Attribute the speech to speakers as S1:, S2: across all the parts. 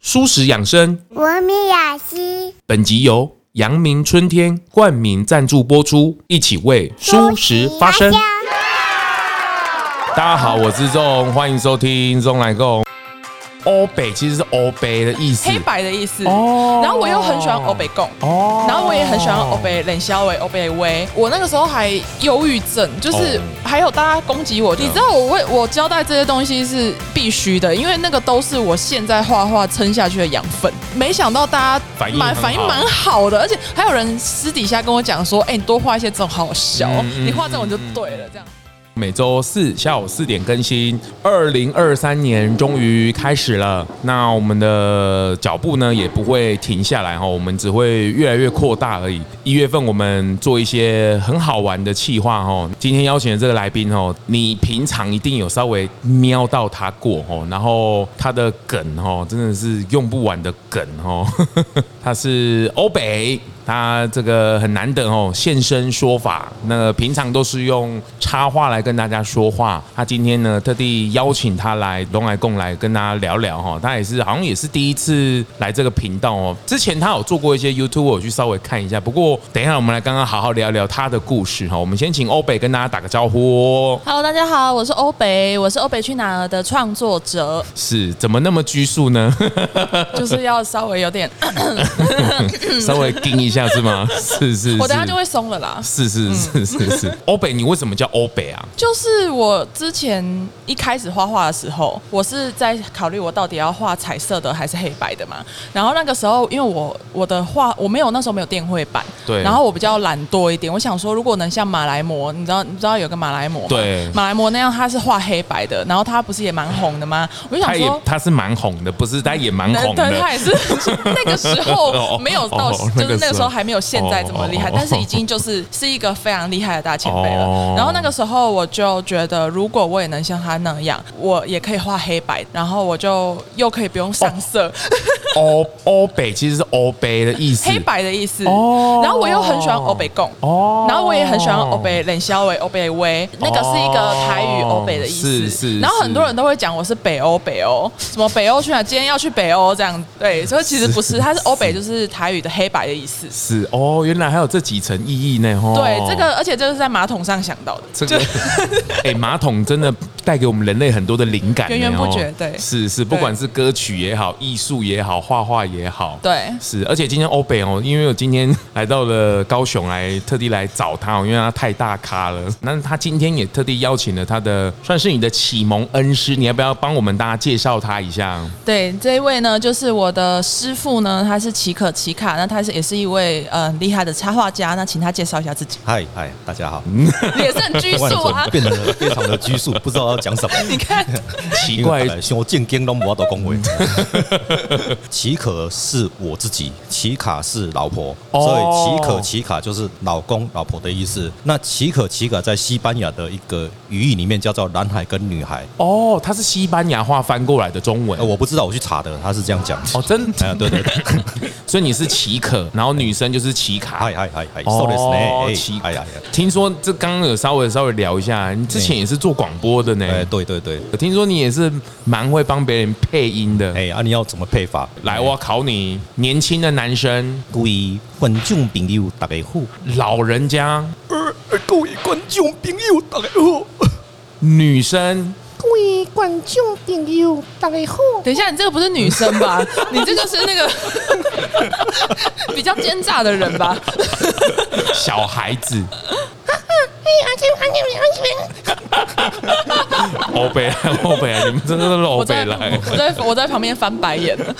S1: 舒适养生。
S2: 文明雅集，
S1: 本集由阳明春天冠名赞助播出，一起为舒适发声。大家好，我是钟，欢迎收听钟来共。欧北其实是欧北的意思，
S3: 黑白的意思。
S1: 哦
S3: 然后我又很喜欢欧北贡，
S1: 哦
S3: 然后我也很喜欢欧北冷肖伟、欧北威。我那个时候还忧郁症，就是
S1: 哦
S3: 还有大家攻击我。你知道我为我交代这些东西是必须的，因为那个都是我现在画画撑下去的养分。没想到大家
S1: 反应
S3: 蛮
S1: 很好
S3: 反应蛮好的，而且还有人私底下跟我讲说：“哎，你多画一些这种好好笑哦，
S1: 嗯嗯嗯
S3: 你画这种就对了。”这样。
S1: 每周四下午四点更新。二零二三年终于开始了，那我们的脚步呢也不会停下来哈，我们只会越来越扩大而已。一月份我们做一些很好玩的企划哈，今天邀请的这个来宾哦，你平常一定有稍微瞄到他过哦，然后他的梗哦，真的是用不完的梗哦， 他是欧北。他这个很难得哦，现身说法。那个平常都是用插话来跟大家说话，他今天呢特地邀请他来龙来共来跟大家聊聊哈、哦。他也是好像也是第一次来这个频道哦，之前他有做过一些 YouTube，我有去稍微看一下。不过等一下我们来刚刚好好聊聊他的故事哈、哦。我们先请欧北跟大家打个招呼哦、
S3: Hello，大家好，我是欧北，我是欧北去哪儿的创作者，
S1: 是怎么那么拘束呢？
S3: 就是要稍微有点，
S1: 稍微盯一下是吗？是是是，
S3: 我等下就会松了啦。
S1: 是是是是 是。欧北，你为什么叫欧北啊？
S3: 就是我之前一开始画画的时候，我是在考虑我到底要画彩色的还是黑白的嘛。然后那个时候，因为我我的画我没有那时候没有电绘板，
S1: 对
S3: 然后我比较懒惰一点，我想说如果能像马来模，你知道你知道有个马来模吗
S1: 对
S3: 马来模那样他是画黑白的，然后他不是也蛮红的吗？我就
S1: 他
S3: 想
S1: 也
S3: 说。
S1: 他是蛮红的，不是？他也蛮红
S3: 对，他
S1: 的。
S3: 也是 那个时候没有到，
S1: 哦哦
S3: 就
S1: 那
S3: 是那
S1: 个
S3: 个
S1: 时
S3: 时
S1: 候
S3: 候还没有现在这么厉害，
S1: 哦
S3: 但是已经就是是一个非常厉害的大前辈
S1: 哦
S3: 了。然后那个时候我就觉得，如果我也能像他那样，我也可以画黑白，然后我就又可以不用上色，
S1: 欧欧北其实哦是欧北的意思。
S3: 黑白的意思。
S1: 哦
S3: 然后我又很喜欢欧北贡。
S1: 哦
S3: 然后我也很喜欢欧北冷肖伟、欧北威，那个是一个台语欧北的意
S1: 是
S3: 思。
S1: 是
S3: 然后很多
S1: 是
S3: 人都会讲我是北欧，北欧什么北欧去哪？今天要去北欧这样。对，所以其实不是，它是欧北就是台语的黑白的意思。
S1: 是哦，原来还有这几层意义呢。哦
S3: 对，这个而且这是在马桶上想到的。
S1: 这个， 哎，马桶真的带给我们人类很多的灵感呢，
S3: 源源不绝
S1: 哦
S3: 对
S1: 是是，不管是歌曲也好，艺术也好，画画也好，
S3: 对
S1: 是。而且今天欧北哦，因为我今天来到了高雄来，特地来找他哦，因为他太大咖了。那他今天也特地邀请了他的，算是你的启蒙恩师，你要不要帮我们大家介绍他一下？
S3: 对，这一位呢，就是我的师傅呢，他是奇可奇卡，那他是也是一位呃很厉害的插画家，那请他介绍一下自己，
S4: 嗨嗨，大家好。
S1: 嗯
S3: 也是很拘
S4: 突然
S3: 束啊
S4: 间。变得非常的拘 束，不知道要讲什么。
S3: 你看，
S1: 奇怪
S4: 因为本来像我见经都无多恭维。 奇可是我自己，奇卡是老婆，
S1: 哦
S4: 所以奇可奇卡就是老公老婆的意思。那奇可奇卡在西班牙的一个语义里面叫做男孩跟女孩。
S1: 哦，他是西班牙话翻过来的中文
S4: 呃，。我不知道，我去查的，他是这样讲。
S1: 哦，真
S4: 哎呀，
S1: 的，
S4: 对对对，
S1: 所以你是奇可，然后女生就是奇卡
S4: 嗨。嗨嗨嗨，
S1: 哦
S4: そうですね。哎
S1: 奇
S4: 哎呀哎呀，
S1: 听说这刚刚有稍微稍微聊一下，你之前也是做广播的呢。
S4: 哎，对对对，
S1: 我听说你也是蛮会帮别人配音的。
S4: 哎，啊，你要怎么配法？哎
S1: 来，我考你，年轻的男生、
S4: 各位观众朋友，大家好。
S1: 老人家、
S4: 呃，各位观众朋友，大家好。
S1: 女生，
S2: 各位观众朋友，大家好，
S3: 等一下，你这个不是女生 吧？你这就是那个 比较奸诈的人吧？
S1: 小孩 子。
S2: 哎，阿杰阿杰阿杰，
S1: 欧北来，欧北来，你们真的是欧
S3: 我
S1: 北
S3: 在
S1: 来。
S3: 我在我在旁边翻白眼了。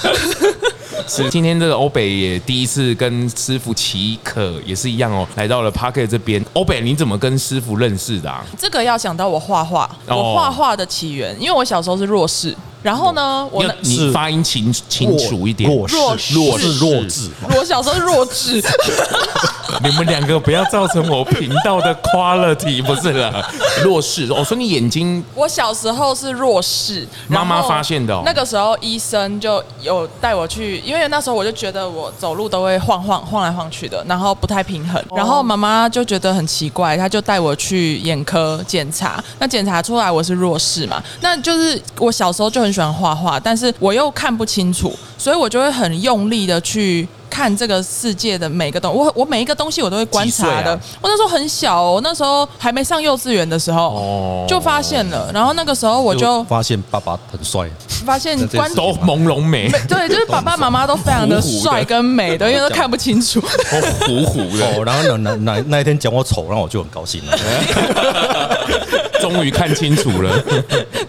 S1: 是，今天这个欧北也第一次跟师傅齐可也是一样哦，来到了 Parket 这边。欧北，你怎么跟师傅认识的啊？
S3: 这个要想到我画画，
S1: 哦
S3: 我画画的起源，因为我小时候是弱视，然后呢，我
S1: 你
S3: 呢
S1: 要你发音清清楚一点。
S4: 弱
S3: 弱
S4: 势，
S3: 势
S4: 弱势，弱智。
S3: 我小时候是弱智，
S1: 你们两个不要造成我频道的 quality 不是了，弱势。我、说你眼睛
S3: 我小时候是弱视，
S1: 妈妈
S3: 然后
S1: 发现的哦
S3: 那个时候医生就有带我去，因为那时候我就觉得我走路都会晃晃晃来晃去的，然后不太平衡。然后妈妈就觉得很奇怪，她就带我去眼科检查。那检查出来我是弱视嘛，那就是我小时候就很喜欢画画，但是我又看不清楚，所以我就会很用力的去。看这个世界的每个东，我我每一个东西我都会观察
S1: 几岁
S3: 的。
S1: 啊
S3: 我那时候很小、哦，那时候还没上幼稚园的时候，
S1: 哦
S3: 就发现了。然后那个时候我就
S4: 发现爸爸很帅，
S3: 发现
S4: 这件
S3: 观
S4: 事
S1: 都朦胧美，
S3: 对，就是爸爸妈妈都非常的帅跟美的，因为都看不清楚。
S1: 都糊糊
S4: 哦，
S1: 的，
S4: 然后那那那那一天讲我丑，然后我就很高兴了。
S1: 哎终于看清楚了。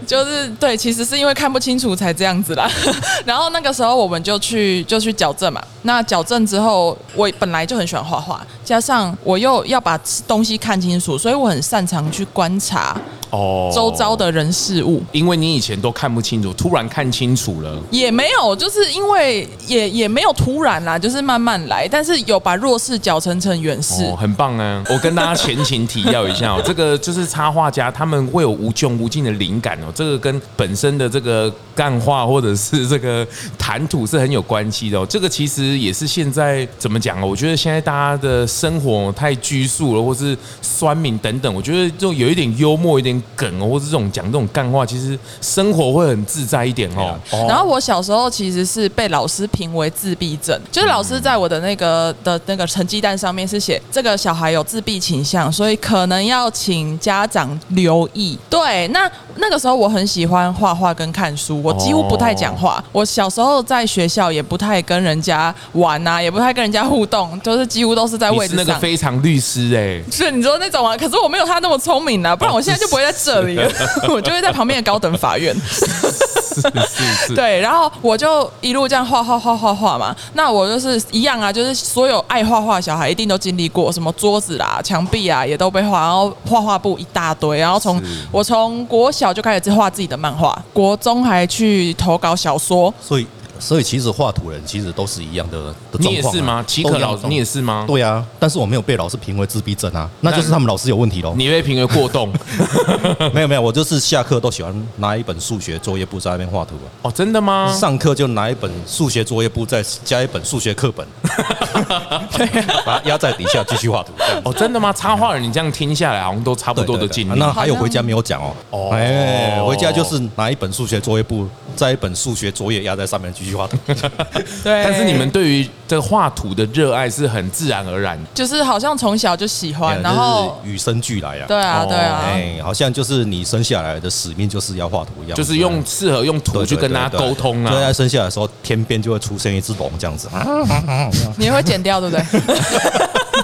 S3: 就是对，其实是因为看不清楚才这样子啦。 然后那个时候我们就去就去矫正嘛。那矫正之后，我本来就很喜欢画画，加上我又要把东西看清楚，所以我很擅长去观察
S1: 哦，
S3: 周遭，的人事物。
S1: 因为你以前都看不清楚，突然看清楚了。
S3: 也没有，就是因为也也没有突然啦，就是慢慢来，但是有把弱势矫正成远视。
S1: 哦，很棒啊！我跟大家前情提要一 下哦，这个就是插画家，他们会有无穷无尽的灵感哦，这个跟本身的这个干话或者是这个谈吐是很有关系的哦。这个其实也是现在怎么讲哦，我觉得现在大家的生活太拘束了，或是酸民等等，我觉得这种有一点幽默、有点梗哦，或是这种讲这种干话，其实生活会很自在一点
S3: 啊
S1: 哦。哦
S3: 然后我小时候其实是被老师评为自闭症，就是老师在我的那个
S1: 嗯
S3: 的那个成绩单上面是写这个小孩有自闭倾向，所以可能要请家长留意。对，那那个时候我很喜欢画画跟看书，我几乎不太讲话。
S1: 哦
S3: 我小时候在学校也不太跟人家玩啊，也不太跟人家互动，就是几乎都是在
S1: 你
S3: 位
S1: 是
S3: 置
S1: 那个
S3: 上。
S1: 非常律师哎、
S3: 是你说那种啊？可是我没有他那么聪明啊，不然我现在就不会在这里了， 我就会在旁边的高等法院。
S1: 是是。
S3: 对，啊然后我就一路这样画画画画画嘛。那我就是一样啊，就是所有爱画画的小孩一定都经历过，什么桌子啦、墙壁啊也都被画，然后画画布一大堆。然后从我从国小就开始画自己的漫画，国中还去投稿小说。
S4: 所以所以其实画图人其实都是一样的的
S1: 你
S4: 状
S1: 也
S4: 况啊、
S1: 是吗？奇可老师，你也
S4: 是。
S1: 是吗？
S4: 对啊，但是我没有被老师评为自闭症啊，那就是他们老师有问题喽。
S1: 你被评为过动
S4: 没有没有，我就是下课都喜欢拿一本数学作业簿在那边画图啊，
S1: 哦，真的吗？
S4: 上课就拿一本数学作业簿，再加一本数学 课本，把它压在底下继续画图。这样
S1: 哦，真的吗？插画人，你这样听下来好像都差不多的经历。
S4: 那还有回家没有讲哦？
S1: 哦
S4: 哎，回家就是拿一本数学作业簿，再一本数学作业压在上面继续画 图。
S3: 对，
S1: 但是你们对于这个画图的热爱是很自然而然。
S3: 就是好像从小就喜欢，
S4: 就
S3: 然后
S4: 哎是与生俱来啊。
S3: 对啊对啊，
S4: 哎，好像就是你生下来的使命就是要画图一样，
S1: 就是用适合用
S4: 对
S1: 图去跟大家沟通
S4: 对，在
S1: 啊，
S4: 生下来的时候，天边就会出现一只龙这样子。
S3: 你会剪掉对不对？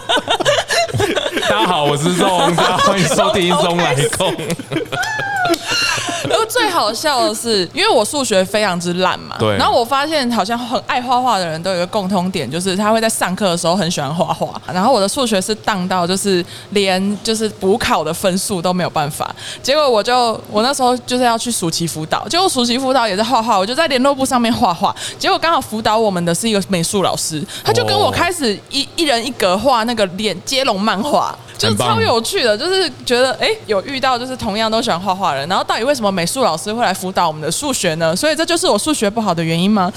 S1: 大家好，我是钟，大家欢迎收听《钟来控》。
S3: 然后最好笑的是，因为我数学非常之烂嘛，
S1: 对
S3: 然后我发现好像很爱画画的人都有一个共通点，就是他会在上课的时候很喜欢画画。然后我的数学是荡到就是连就是补考的分数都没有办法。结果我就我那时候就是要去暑期辅导，结果暑期辅导也是画画，我就在联络簿上面画画。结果刚好辅导我们的是一个美术老师，他就跟我
S1: 哦
S3: 开始一一人一格画那个脸接龙漫画，就是
S1: 很棒
S3: 超有趣的，就是觉得哎、诶有遇到就是同样都喜欢画画的人，然后到底为什么美术老师会来辅导我们的数学呢？所以这就是我数学不好的原 因吗？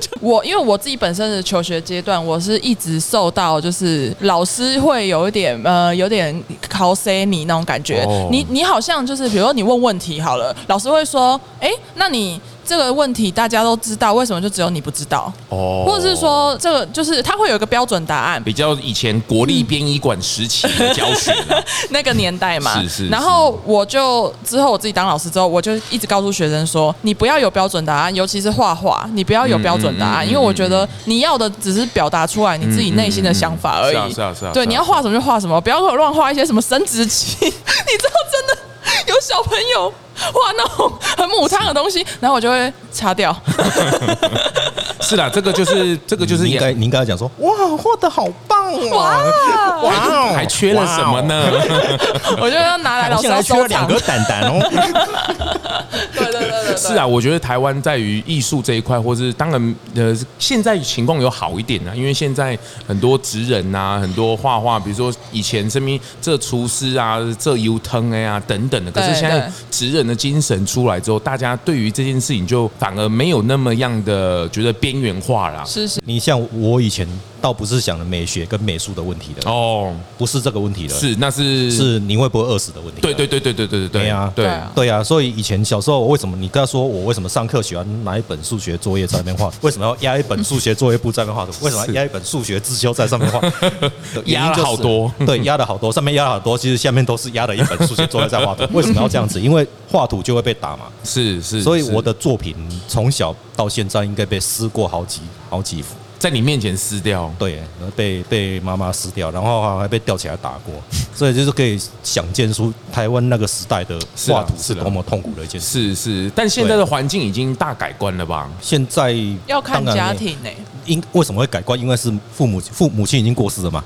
S3: 就我因为我自己本身的求学阶段，我是一直受到就是老师会有一点呃有点 c 塞你那种感觉，
S1: 哦
S3: 你你好像就是比如说你问问题好了，老师会说哎、诶那你。这个问题大家都知道，为什么就只有你不知道？
S1: 哦
S3: 或者是说，这个就是他会有一个标准答案，
S1: 比较以前国立编译馆时期的教 学啦，
S3: 那个年代嘛。
S1: 是是
S3: 然后我就之后我自己当老师之后，我就一直告诉学生说，你不要有标准答案，尤其是画画，你不要有标准答案，
S1: 嗯嗯嗯
S3: 因为我觉得你要的只是表达出来你自己内心的想法而已。
S1: 嗯嗯嗯是啊是啊是啊
S3: 对，
S1: 是啊
S3: 你要画什么就画什么，不要给我乱画一些什么生殖器。你知道真的 有小朋友画那种很母汤的东西，然后我就会 擦掉。
S1: 是啦，这个就是这个就是
S4: 你应该你应该讲说，哇，画的好棒哦！
S3: 哇！
S4: 哇哦，
S1: 还缺了什么呢？
S3: 我就要拿来老师
S4: 哇哦？现在
S3: 要
S4: 缺
S3: 收
S4: 了两
S3: 藏。
S4: 个蛋蛋哦。
S3: 对对对对对
S1: 是啊，我觉得台湾在于艺术这一块，或是当然呃，现在情况有好一点啊，因为现在很多职人啊，很多画画，比如说以前身边这厨师啊，这油汤哎呀等等的，可是
S3: 对
S1: 现在
S3: 对
S1: 职人的精神出来之后，大家对于这件事情就反而没有那么样的觉得边缘化啦。
S3: 是是，
S4: 你像我以前倒不是想美学跟美术的问题的，
S1: 哦，
S4: 不是这个问题的，
S1: 是，那是
S4: 是你会不会饿死的问题。
S1: 对对对对对对对
S4: 对啊
S1: 对
S3: 对啊
S4: 对啊，所以以前小时候为什么你刚才说我为什么上课喜欢拿一本数学作业在那边画，为什么要压一本数学作业簿在那边画图，为什么要压一本数学自修在上 面画？原因
S1: 压
S4: 就是
S1: 了好多
S4: 对，压了好多，上面压了好多，其实下面都是压了一本数学作业在 画图。为什么要这样子？因为画图就会被打嘛。
S1: 是是，
S4: 所以
S1: 是
S4: 我的作品从小到现在应该被撕过好几好几幅，
S1: 在你面前撕掉，
S4: 对，被被妈妈撕掉，然后还被吊起来打过， 所以就是可以想见出台湾那个时代的
S1: 是啊
S4: 画图
S1: 是
S4: 是
S1: 啊
S4: 多么痛苦的一件
S1: 是
S4: 事。
S1: 是，但现在的环境已经大改观了吧？
S4: 现在
S3: 要看
S4: 当
S3: 家
S4: 然
S3: 庭欸呢、
S4: 因为什么会改观？因为是父母父母亲已经过世 了嘛，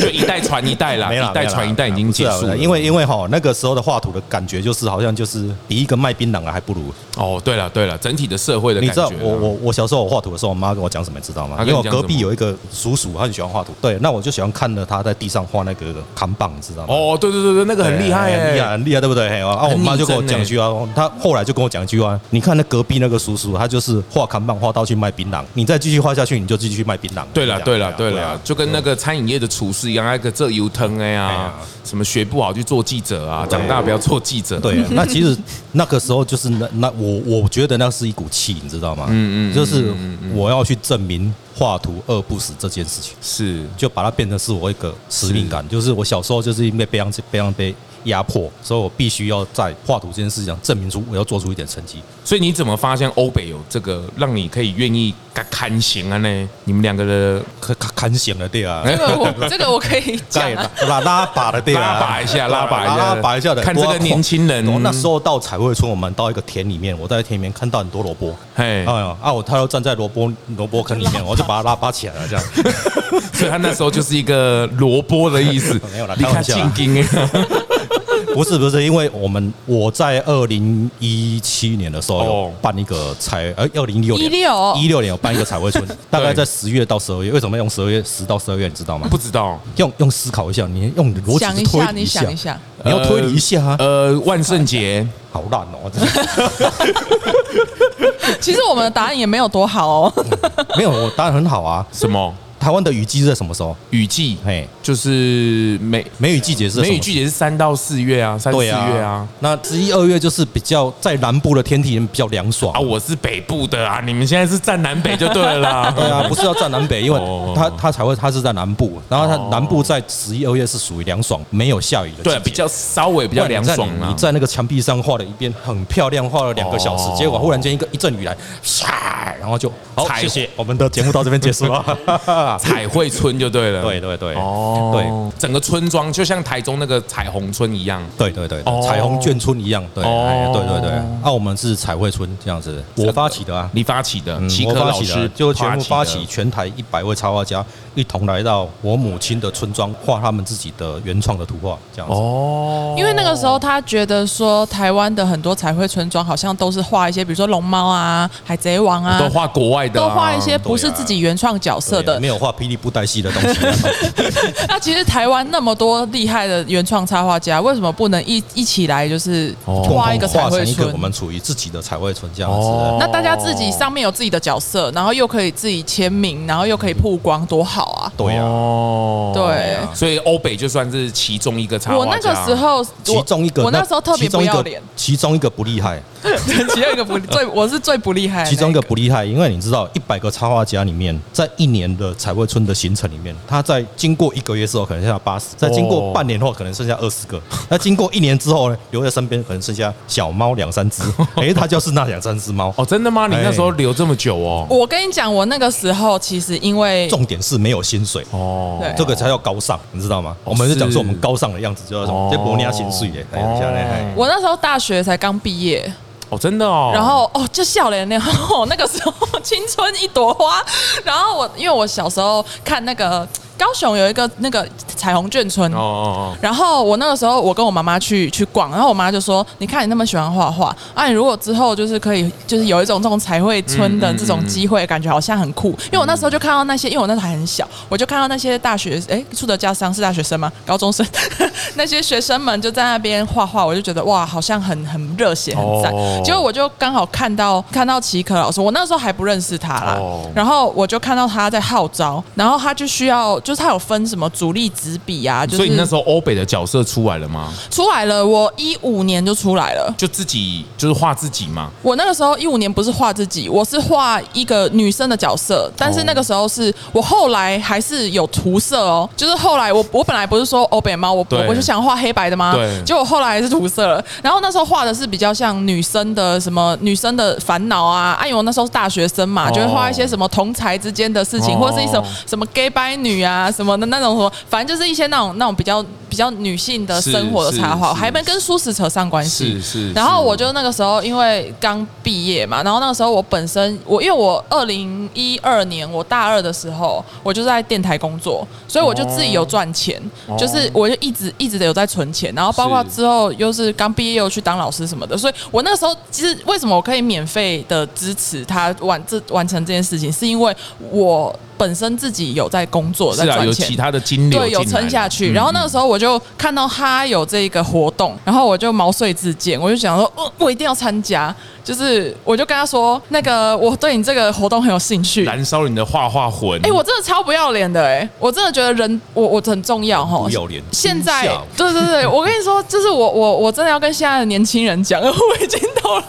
S1: 就一代传一代哎啦，
S4: 没啦
S1: 一代
S4: 没啦
S1: 传一代已经
S4: 不是
S1: 结
S4: 啊
S1: 束了。
S4: 因为因为哈那个时候的画图的感觉就是好像就是比一个卖槟榔的还不如。
S1: 哦，对了对了，整体的社会的
S4: 你
S1: 感
S4: 知
S1: 觉
S4: 道
S1: 啦，
S4: 我我我小时候我画图的时候，我妈跟我讲什么，你知道吗？
S1: 她跟
S4: 因
S1: 你
S4: 为我
S1: 讲什么
S4: 隔壁有一个叔叔，他很喜欢画图，对，那我就喜欢看着他在地上画那个扛棒，你知道吗？
S1: 哦，对对对对，那个
S4: 对，
S1: 很厉害
S4: 很厉害，
S1: 哎，
S4: 很厉害，对不对？嘿啊，啊我
S1: 很
S4: 妈
S1: 拟
S4: 就跟我
S1: 真
S4: 讲一
S1: 欸
S4: 句啊，她后来就跟我讲一句啊，你看那隔壁那个叔叔，他就是画扛棒画到去卖槟榔，你再继续画下去，你就继续卖槟榔。
S1: 对了
S4: 这样
S1: 对了对
S4: 啊
S1: 了，就跟那个餐饮业的厨师一样，那个这油疼哎
S4: 哎
S1: 呀
S4: 呀，
S1: 什么学不好去做记者啊，
S4: 对
S1: 长大不要做记者。
S4: 对，那其实那个时候就是那那我我觉得那是一股气，你知道吗？嗯嗯，就是我要去证明画图饿不死这件事情，
S1: 是
S4: 就把它变成是我一个使命感，就是我小时候就是因为被这样被这样被压迫，所以我必须要在画图这件事情上证明出我要做出一点成绩。
S1: 所以你怎么发现欧北有这个让你可以愿意敢看行啊呢？你们两个的
S4: 可可看显了对啊，
S3: 这个我这个我可以讲啊，
S4: 拉 拉把的对啊，
S1: 拉拔一下，拉拔一下，
S4: 拉拔一下的。
S1: 看这个年轻人
S4: 我，那时候到彩绘村，我们到一个田里面，我在田里面看到很多萝卜，哎
S1: 嘿，
S4: 呀啊，我他又站在萝卜萝卜坑里面，我就把他拉拔起来了， 这样。，
S1: 所以他那时候就是一个萝卜的意思
S4: 没有啦
S1: 你看
S4: 开玩笑
S1: 进
S4: 啦
S1: 京哎，
S4: 不是不是，因为我们我在二零一七年的时候
S1: 哦
S4: 有办一个彩，呃，二零一六
S3: 16
S4: 一六年有办一个彩绘村，大概在十月到十二月。为什么用十二月十到十二月？你知道吗
S1: 不？知道。
S4: 用用思考一下，你用你的逻
S3: 想
S4: 辑
S3: 一
S4: 去推
S3: 下，
S4: 理
S3: 你
S4: 一
S3: 想
S4: 下
S3: 一，下，
S4: 你要推理一下啊，
S1: 呃，呃万圣节
S4: 好烂哦！真的
S3: 其实我们的答案也没有多好哦。
S4: 没有，我当然很好啊。
S1: 什么
S4: 台湾的雨季是在什么时候？
S1: 雨季？
S4: 嘿，
S1: 就是梅
S4: 梅雨季节是在
S1: 梅
S4: 什么
S1: 雨季节是三到四月啊，三四
S4: 对
S1: 月
S4: 啊，
S1: 啊。
S4: 那十一二月就是比较在南部的天气比较凉爽
S1: 啊，我是北部的啊，你们现在是站南北就对了
S4: 对
S1: 啦。
S4: 啊，不是要站南北，因为
S1: 哦
S4: 它它才会它是在南部，然后它南部在十一二月是属于凉爽，没有下雨的季节，
S1: 对啊，比较稍微比
S4: 比
S1: 较凉爽
S4: 你
S1: 啊。
S4: 在那个墙壁上画了一遍很漂亮，画了两个小时
S1: 哦，
S4: 结果忽然间一个一阵雨来，唰，然后就好，
S1: 彩。
S4: 谢谢，我们的节目到这边结束了
S1: 彩绘村就对了。
S4: 对对对，
S1: 哦，对，整个村庄就像台中那个彩虹村一样。
S4: 对对对
S1: 哦
S4: 对，彩虹眷村一样，对，
S1: 哦
S4: 哎对对对，啊，我们是彩绘村这样子，我发起的啊。
S1: 你发起的，
S4: 嗯
S1: 奇
S4: 我
S1: 科
S4: 发
S1: 老
S4: 起的
S1: 师
S4: 就全部发
S1: 的
S4: 起，全台一百位插画家一同来到我母亲的村庄，画他们自己的原创的图画，这样子。
S1: 哦，
S3: 因为那个时候他觉得说，台湾的很多彩绘村庄好像都是画一些，比如说龙猫啊、海贼王啊，
S1: 都画国外的啊，
S3: 都画一些不是自己原创角色
S4: 对
S3: 的
S4: 没。有画霹雳布袋戏的东 西啊，
S3: 那其实台湾那么多厉害的原创插画家，为什么不能一一起来就是
S1: 哦
S4: 共同
S3: 画一个彩
S4: 画
S3: 绘
S4: 成一个
S3: 村
S4: 我？们属于自己的彩绘村这样
S1: 哦
S4: 子。
S3: 那大家自己上面有自己的角色，然后又可以自己签名，然后又可以曝光，多好啊！
S4: 对呀，
S1: 哦，
S3: 对，
S1: 所以欧北就算是其中一个插画家。
S3: 我那个时候，
S4: 其中一个
S3: 我那时候特别
S4: 其
S3: 不
S4: 中一
S3: 要
S4: 个
S3: 脸，
S4: 其中一个不厉害，
S3: 其中一个不最，我是最不厉害的那，
S4: 其中一个不厉害，因为你知道，一百个插画家里面，在一年的彩绘村的行程里面，他在经过一个月之后，可能剩下八十；在经过半年后，可能剩下二十个；那经过一年之后呢，留在身边可能剩下小猫两三 只。诶，他就是那两三只猫。
S1: 哦，真的吗？你那时候留这么久哦？
S3: 我跟你讲，我那个时候其实因为
S4: 重点是没有薪水，
S1: 哦，
S3: 对
S4: 这个才叫高尚，你知道吗？我们就讲说我们高尚的样子，就叫什么？这伯尼亚薪水耶，哎
S1: 哦
S4: 这样哎
S3: 我那时候大学才刚毕业，
S1: 哦，真的哦。
S3: 然后哦，就笑脸，然哦后那个时候青春一朵花。然后我因为我小时候看那个高雄有一个那个彩虹眷村
S1: 哦哦
S3: 然后我那个时候，我跟我妈妈去去逛，然后我妈就说：“你看你那么喜欢画画，啊，你如果之后就是可以，就是有一种这种彩绘村的这种机会，感觉好像很酷。”因为我那时候就看到那些，因为我那时候还很小，我就看到那些大学，哎，树德家商是大学生吗？高中生 那些学生们就在那边画画，我就觉得哇，好像很很热血，很赞。
S1: 哦
S3: 结果我就刚好看到看到奇可老师，我那时候还不认识他啦，
S1: 哦
S3: 然后我就看到他在号召，然后他就需要，就是他有分什么主力纸笔啊，
S1: 哦，
S3: 就是
S1: 所以你那时候欧北的角色出来了吗？
S3: 出来了，我一五年就出来了。
S1: 就自己就是画自己嘛，
S3: 我那个时候一五年不是画自己，我是画一个女生的角色，但是那个时候是我后来还是有涂色哦，就是后来我我本来不是说欧北猫，我我
S1: 对
S3: 我就想画黑白的吗？
S1: 对
S3: 结果后来还是涂色了。然后那时候画的是比较像女生的什么女生的烦恼啊，哎、啊、呦，我那时候是大学生嘛，
S1: 哦
S3: 就会画一些什么同才之间的事情，
S1: 哦
S3: 或者是一种什么 gay 白女啊什么的那种什么，反正就是一些那种那种比较比较女性的
S1: 是
S3: 生活的插画，
S1: 是是
S3: 还没跟舒适扯上关系。
S1: 是是
S3: 哎然后
S1: 是
S3: 我就那个时候因为刚毕业嘛，然后那个时候我本身我因为我二零一二年我大二的时候，我就在电台工作，所以我就自己有赚钱，
S1: 哦
S3: 就是我就一直一直的有在存钱，然后包括
S1: 是
S3: 之后又是刚毕业又去当老师什么的，所以我那个时候其实为什么我可以免费的支持他完这完成这件事情，是因为我本身自己有在工作，在
S1: 是啊，
S3: 赚
S1: 有
S3: 钱
S1: 其。他的金流
S3: 对，有
S1: 进来
S3: 撑下去。
S1: 嗯
S3: 然后那个时候我就看到他有这个活动，然后我就毛遂自荐，我就想说，呃，我一定要参加。就是我就跟他说，那个我对你这个活动很有兴趣。
S1: 燃烧你的画画魂。
S3: 哎、我真的超不要脸的哎、我真的觉得人我我很重要哈。
S4: 不要脸
S3: 现在对
S4: 真相
S3: 对 对，我跟你说，就是我我我真的要跟现在的年轻人讲， 我已经到了，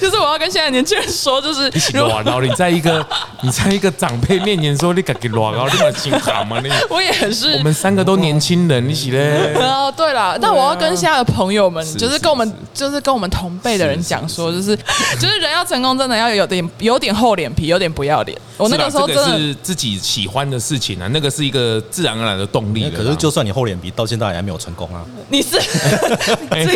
S3: 就是我要跟现在的年轻人说，就是
S1: 你
S3: 如果
S1: 乱搞，你在一个你在一个长辈面前说你敢给乱搞，你蛮心寒 吗？你
S3: 我也是
S1: 我们三个都年轻人，你起嘞。
S3: 哦，对了，但我要跟现在的朋友们，
S1: 是
S3: 就是跟我们，就是跟我们同辈的人讲说，就是 就是人要成功，真的要有点有点厚脸皮，有点不要脸。我那个时候
S1: 是
S3: 真
S1: 啦这个
S3: 的
S1: 是自己喜欢的事情啊，那个是一个自然而然的动力了啦。
S4: 可是就算你厚脸皮，到现在也还没有成功啊！
S3: 你是
S1: 哎，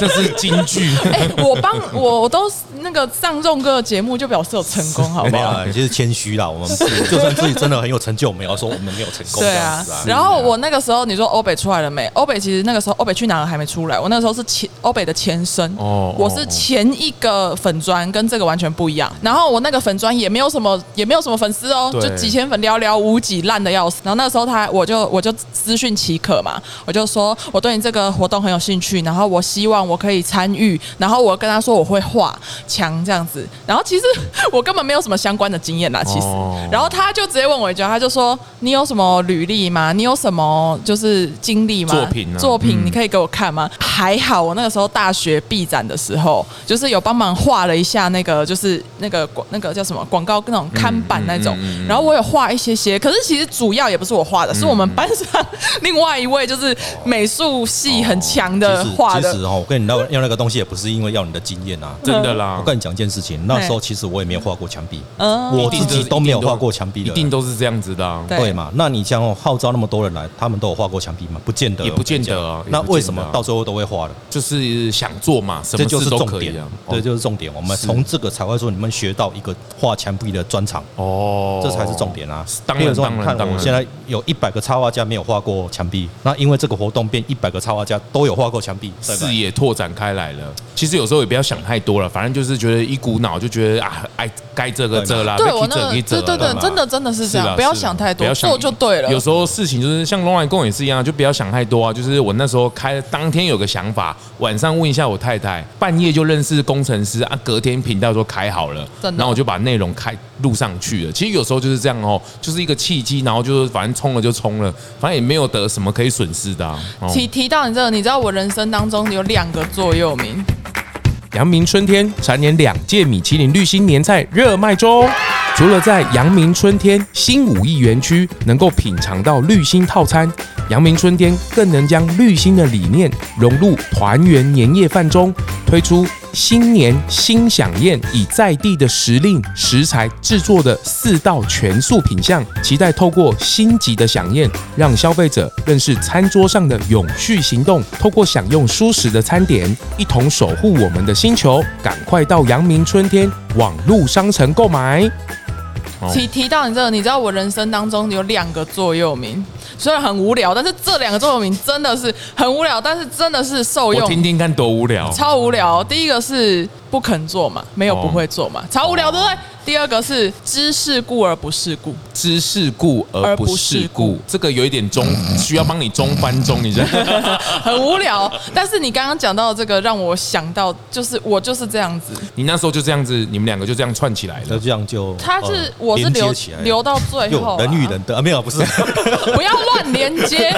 S1: 这是京剧。
S3: 哎、我帮我我都那个上众哥的节目就表示有成功，好不
S4: 没有
S3: 好？
S4: 啊，你就是谦虚啦。我们不是就算自己真的很有成就，我们也要说我们没有成功这
S3: 对
S4: 样
S3: 啊
S4: 子啊，。
S3: 然后我那个时候你说欧北出来了没？欧北其实那个时候欧北去哪儿还没出来，我那个时候是前欧北的前身，
S1: 哦
S3: 哦
S1: 哦，
S3: 我是前一个粉砖，跟这个完全不一样。然后我那个粉砖也没有什么也没有什么粉丝哦，
S1: 对
S3: 就几千粉寥寥无几，烂的要死。然后那时候他我就我就私讯奇可嘛，我就说我对你这个活动很有兴趣，然后我希望我可以参与，然后我跟他说我会画墙这样子。然后其实我根本没有什么相关的经验啦，其实
S1: 哦。
S3: 然后。然后他就直接问我一句，他就说：“你有什么履历吗？你有什么就是经历吗？
S1: 作品啊
S3: 作品
S1: 嗯
S3: 你可以给我看吗？”还好我那个时候大学毕展的时候，就是有帮忙画了一下那个就是那个广那个叫什么广告那种看板那种，
S1: 嗯嗯嗯嗯
S3: 然后我有画一些些，可是其实主要也不是我画的，是我们班上嗯另外一位就是美术系很强的
S4: 其实
S3: 画
S4: 其实
S3: 的。
S4: 哦，我跟你要要那个东西也不是因为要你的经验啊。
S1: 真的啦
S4: 我，跟你讲一件事情，那时候其实我也没有画过墙壁，
S3: 嗯
S4: 我自己都没有画过墙壁
S1: 一
S4: 的。
S1: 定都是这样子的啊。
S3: 对
S4: 对嘛？那你像哦，号召那么多人来，他们都有画过墙壁吗？不见得，
S1: 也不见得
S4: 我
S1: 啊
S4: 跟
S1: 也
S4: 你讲那
S1: 不见得啊
S4: 为什么到最后都会画了？
S1: 就是想做嘛，什
S4: 这
S1: 么
S4: 就是
S1: 事都
S4: 重
S1: 可
S4: 点
S1: 以啊。，
S4: 这
S1: 哦
S4: 就是重点。我们
S1: 是
S4: 从这个才会说你们学到一个画墙壁的专长，
S1: 哦，
S4: 这才是重点啊！
S1: 当然
S4: 比如说
S1: 当然
S4: 你看
S1: 当然
S4: 我现在有一百个插画家没有画过墙壁，那因为这个活动变一百个插画家都有画过墙壁，对吧
S1: 视野拓展开来了。其实有时候也不要想太多了，反正就是觉得一股脑就觉得啊，哎，该这个这啦，
S3: 对
S1: 被
S3: 我那
S1: 踢
S3: 个
S1: 这踢这
S3: 对
S1: 啦
S3: 对对，真的真的是这
S1: 是
S3: 样，
S1: 啦
S3: 不要
S1: 是啦啊
S3: 想太
S1: 不
S3: 多，
S1: 要想
S3: 做就对了。
S1: 有时候事情就是像龙兰公也是一样，就不要想太多啊。就是我那时候开当天有个想法，晚上问一下我太太，半夜就认识工程师啊，隔天频道都开好了，
S3: 真的
S1: 然后我就把内容开录上去了。其实有时候就是这样哦，就是一个契机，然后就是反正冲了就冲了，反正也没有得什么可以损失的、啊。哦
S3: 提提到你这个，你知道我人生当中有两个座右铭，
S1: 阳明春天蝉联两届米其林绿星年菜热卖中。除了在阳明春天新武艺园区能够品尝到绿星套餐，阳明春天更能将绿星的理念融入团圆年夜饭中，推出新年新享宴，以在地的时令食材制作的四道全素品项，期待透过星级的飨宴，让消费者认识餐桌上的永续行动，透过享用舒适的餐点，一同守护我们的星球。赶快到阳明春天网络商城购买。哦
S3: 提提到你这个，你知道我人生当中有两个座右铭，虽然很无聊，但是这两个座右铭真的是很无聊，但是真的是受
S1: 我
S3: 用。
S1: 听听看多无聊。
S3: 超无聊。第一个是不肯做嘛，没有
S1: 哦
S3: 不会做嘛，超无聊，对不对？第二个是知世故而不世故，
S1: 知世故而
S3: 而
S1: 不
S3: 不
S1: 世
S3: 世
S1: 故
S3: 故，
S1: 这个有一点中，需要帮你中翻中 一下。
S3: 很无聊。
S4: 哦
S3: 但是你刚刚讲到这个，让我想到就是我就是这样子，
S1: 你那时候就这样子，你们两个就这样串起来
S4: 那
S1: 了。
S4: 这样就
S3: 他是、
S4: 呃
S3: 我是
S4: 连接
S3: 留
S4: 起来了
S3: 留到最后
S4: 又
S3: 啊、
S4: 人与人的啊，没有 不是，
S3: 不要乱连接，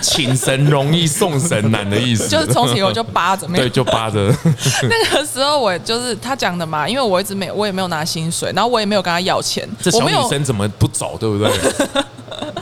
S1: 请神容易送神难的意思，
S3: 就是从此我就扒着没有
S1: 对，就扒着。
S3: 那个时候我就是他讲的嘛，因为我一直没我也没有拿薪水，然后我也没有跟他要钱，
S1: 这
S3: 我
S1: 小
S3: 没
S1: 女
S3: 有
S1: 生怎么不走，对不 对？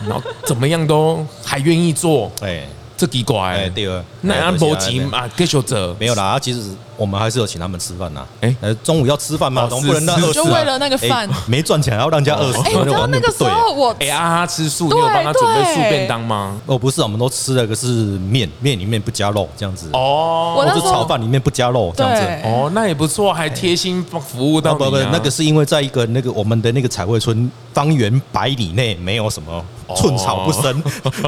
S1: 然后怎么样都还愿意做，
S4: 哎
S1: 这奇怪、
S4: 哎对了，
S1: 那安
S4: 就是
S1: 博
S4: 这
S1: 吉
S4: 样
S1: 啊，给修者
S4: 没有啦，啊其实我们还是有请他们吃饭呐。
S1: 哎
S4: 哎，呃，中午要吃饭嘛，
S1: 哦
S4: 总不能让
S1: 是哦
S4: 饿死啊。
S3: 就为了那个饭
S4: 哎没赚钱还要让人家饿死，
S3: 哎、你知道
S4: 完
S3: 那
S4: 全
S3: 个
S4: 不
S3: 时
S4: 对。
S3: 候我
S1: 哎啊哈吃素，你
S3: 对
S1: 有帮他准备素
S3: 对
S1: 便当吗？
S4: 哦，不是，我们都吃了个是面，面里面不加肉这样子，
S1: 哦
S3: 我
S4: 或
S3: 那
S4: 者
S3: 时候
S4: 炒饭里面不加肉这样子。
S3: 对
S1: 哦，那也不错，还贴心服务到
S4: 不
S1: 你、
S4: 哦不，
S1: 啊。
S4: 那个是因为在一个那个我们的那个彩绘村方圆百里内没有什么寸草不生，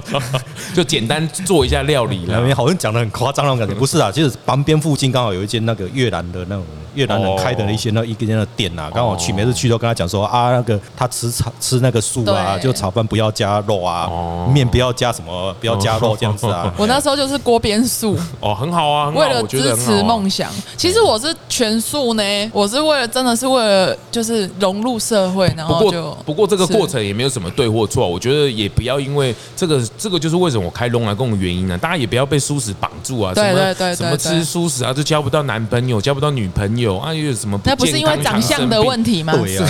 S1: 就简单做一下料理
S4: 那
S1: 了。
S4: 边好像讲的很夸张那种感觉，不是啊，就是旁边附近刚好有一间那个越南的那种越南人开的一些那一间的店啊，刚好去每次去都跟他讲说啊，那个他吃炒吃那个素啊，
S3: 对
S4: 就炒饭不要加肉
S1: 哦
S4: 啊，面不要加什么，不要加肉这样子啊。
S3: 我那时候就是锅边素。
S1: 哦，很好啊，很好
S3: 为了
S1: 我觉
S3: 支
S1: 得很好啊
S3: 持梦想，其实我是全素呢，我是为了真的是为了就是融入社会，然
S1: 不
S3: 后就
S1: 过，不过这个
S3: 是
S1: 过程也没有什么对或错，我觉得也不要因为这个，这个就是为什么我开龙来共的原因啊。大家也不要被素食绑住啊，
S3: 对
S1: 什么
S3: 对对
S1: 什么
S3: 对对
S1: 吃素食啊，就交不到男朋友，交不到女朋友啊，又有什么
S3: 那不是因为长相的问
S1: 题，
S3: 题吗？
S4: 对啊，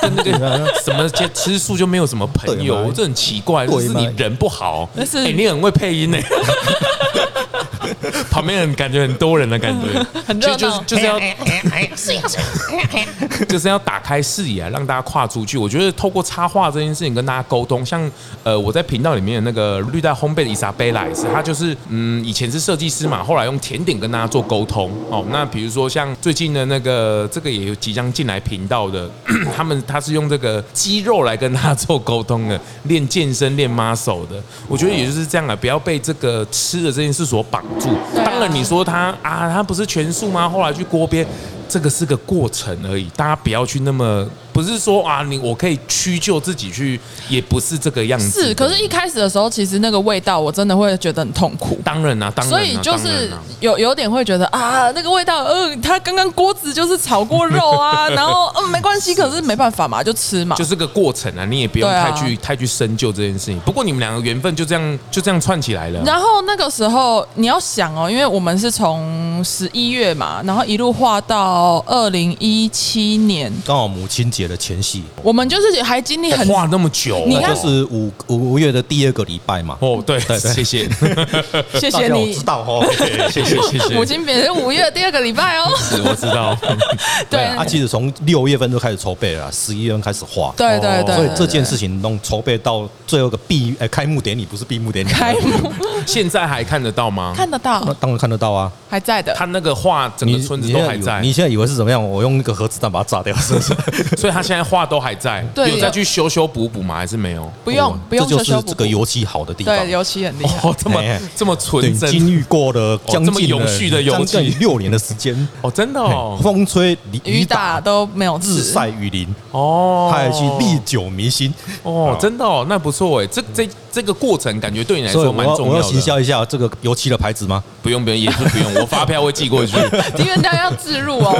S1: 跟那个 什么吃吃素就没有什么朋
S4: 对
S1: 友
S4: 嘛，
S1: 这很奇怪，
S4: 对
S1: 就
S4: 嘛
S1: 是你人不好，
S3: 那是
S1: 哎你很会配音呢。 旁边人感觉很多人的感觉，
S3: 很热闹
S1: 啊就就是就是要
S2: 是呀是呀，
S1: 就是要打开视野啊，让大家跨出去。我觉得透过插画这件事情跟大家沟通，像呃我在频道里面的那个绿带烘焙的伊莎贝拉也是，她就是嗯以前是设计师嘛，后来用甜点跟大家做沟通哦。那比如说像最近的那个这个也有即将进来频道的， 他们他是用这个肌肉来跟大家做沟通的，练健身练 muscle 的。我觉得也就是这样啊，不要被这个吃的这件事所绑住。
S3: 对啊
S1: 当然你说他啊，他不是全素吗？后来去锅边，这个是个过程而已，大家不要去那么，不是说啊，你我可以屈就自己去，也不是这个样子的。
S3: 是，可是一开始的时候，其实那个味道我真的会觉得很痛苦。
S1: 当然啊，当然、啊，
S3: 所以就
S1: 当然
S3: 是
S1: 啊
S3: 有有点会觉得啊，那个味道，嗯、它刚刚锅子就是炒过肉 啊，然后嗯没关系，可是没办法嘛，就吃嘛，
S1: 就是个过程啊，你也不用
S3: 对啊
S1: 太去、太去深究这件事情。不过你们两个缘分就这样就这样串起来了。
S3: 然后那个时候你要想哦，因为我们是从十一月嘛，然后一路画到二零一七年，
S4: 刚好母亲节的前夕，
S3: 我们就是还经历很
S1: 画那么久、哦，
S3: 你
S4: 那
S3: 看
S4: 就是五五月的第二个礼拜嘛。
S1: 哦，对，
S4: 对对
S1: 谢谢，
S3: 谢
S4: 大
S3: 谢
S4: 家我
S3: 你
S4: 知。道哦，
S1: 谢谢，谢谢。
S3: 母亲节是五月第二个礼拜哦，
S1: 是我知道，
S3: 对
S4: 啊，其实从六月份就开始筹备了啦，十一月份开始画。
S3: 对对对，
S4: 哦所以
S3: 对
S4: 这件事情弄筹备到最后一个闭呃开幕典礼，不是闭幕典礼，
S3: 开幕
S1: 现在还看得到吗？
S3: 看得到
S4: 那，当然看得到啊。
S3: 还在的
S1: 他。那个画整个村子都还在
S4: 你现以为你，现在以为是怎么样？我用那个核子弹把它炸掉，是不是？
S1: 所以他现在画都还在，
S3: 对
S1: 有再去修修补补吗？还是没有？
S3: 不 用不用
S4: 哦这就
S3: 修修
S4: 是
S3: 补
S4: 这
S3: 补
S4: 个油漆好的地方。
S3: 对，油漆很厉害。
S1: 哦，这么
S4: 哎哎
S1: 这么
S4: 对
S1: 纯
S4: 经
S1: 真
S4: 历过了将
S1: 这么
S4: 近
S1: 永续的油漆
S4: 将近六年的时间，
S1: 哦，真的哦
S4: 嘿，风吹雨
S3: 雨
S4: 打
S3: 打都没有
S4: 日
S3: 吃，
S4: 晒雨淋，
S1: 哦，
S4: 它还是历久弥新。
S1: 哦，
S4: 啊
S1: 真的哦，那不错哎，这这这个过程感觉对你来
S4: 嗯所以
S1: 说
S4: 我
S1: 蛮
S4: 要
S1: 重
S4: 我要
S1: 要
S4: 行
S1: 的。
S4: 销一下这个油漆的牌子吗？
S1: 不用不用，也是不用，我发票会寄过 去，
S3: 因为大家要自入哦，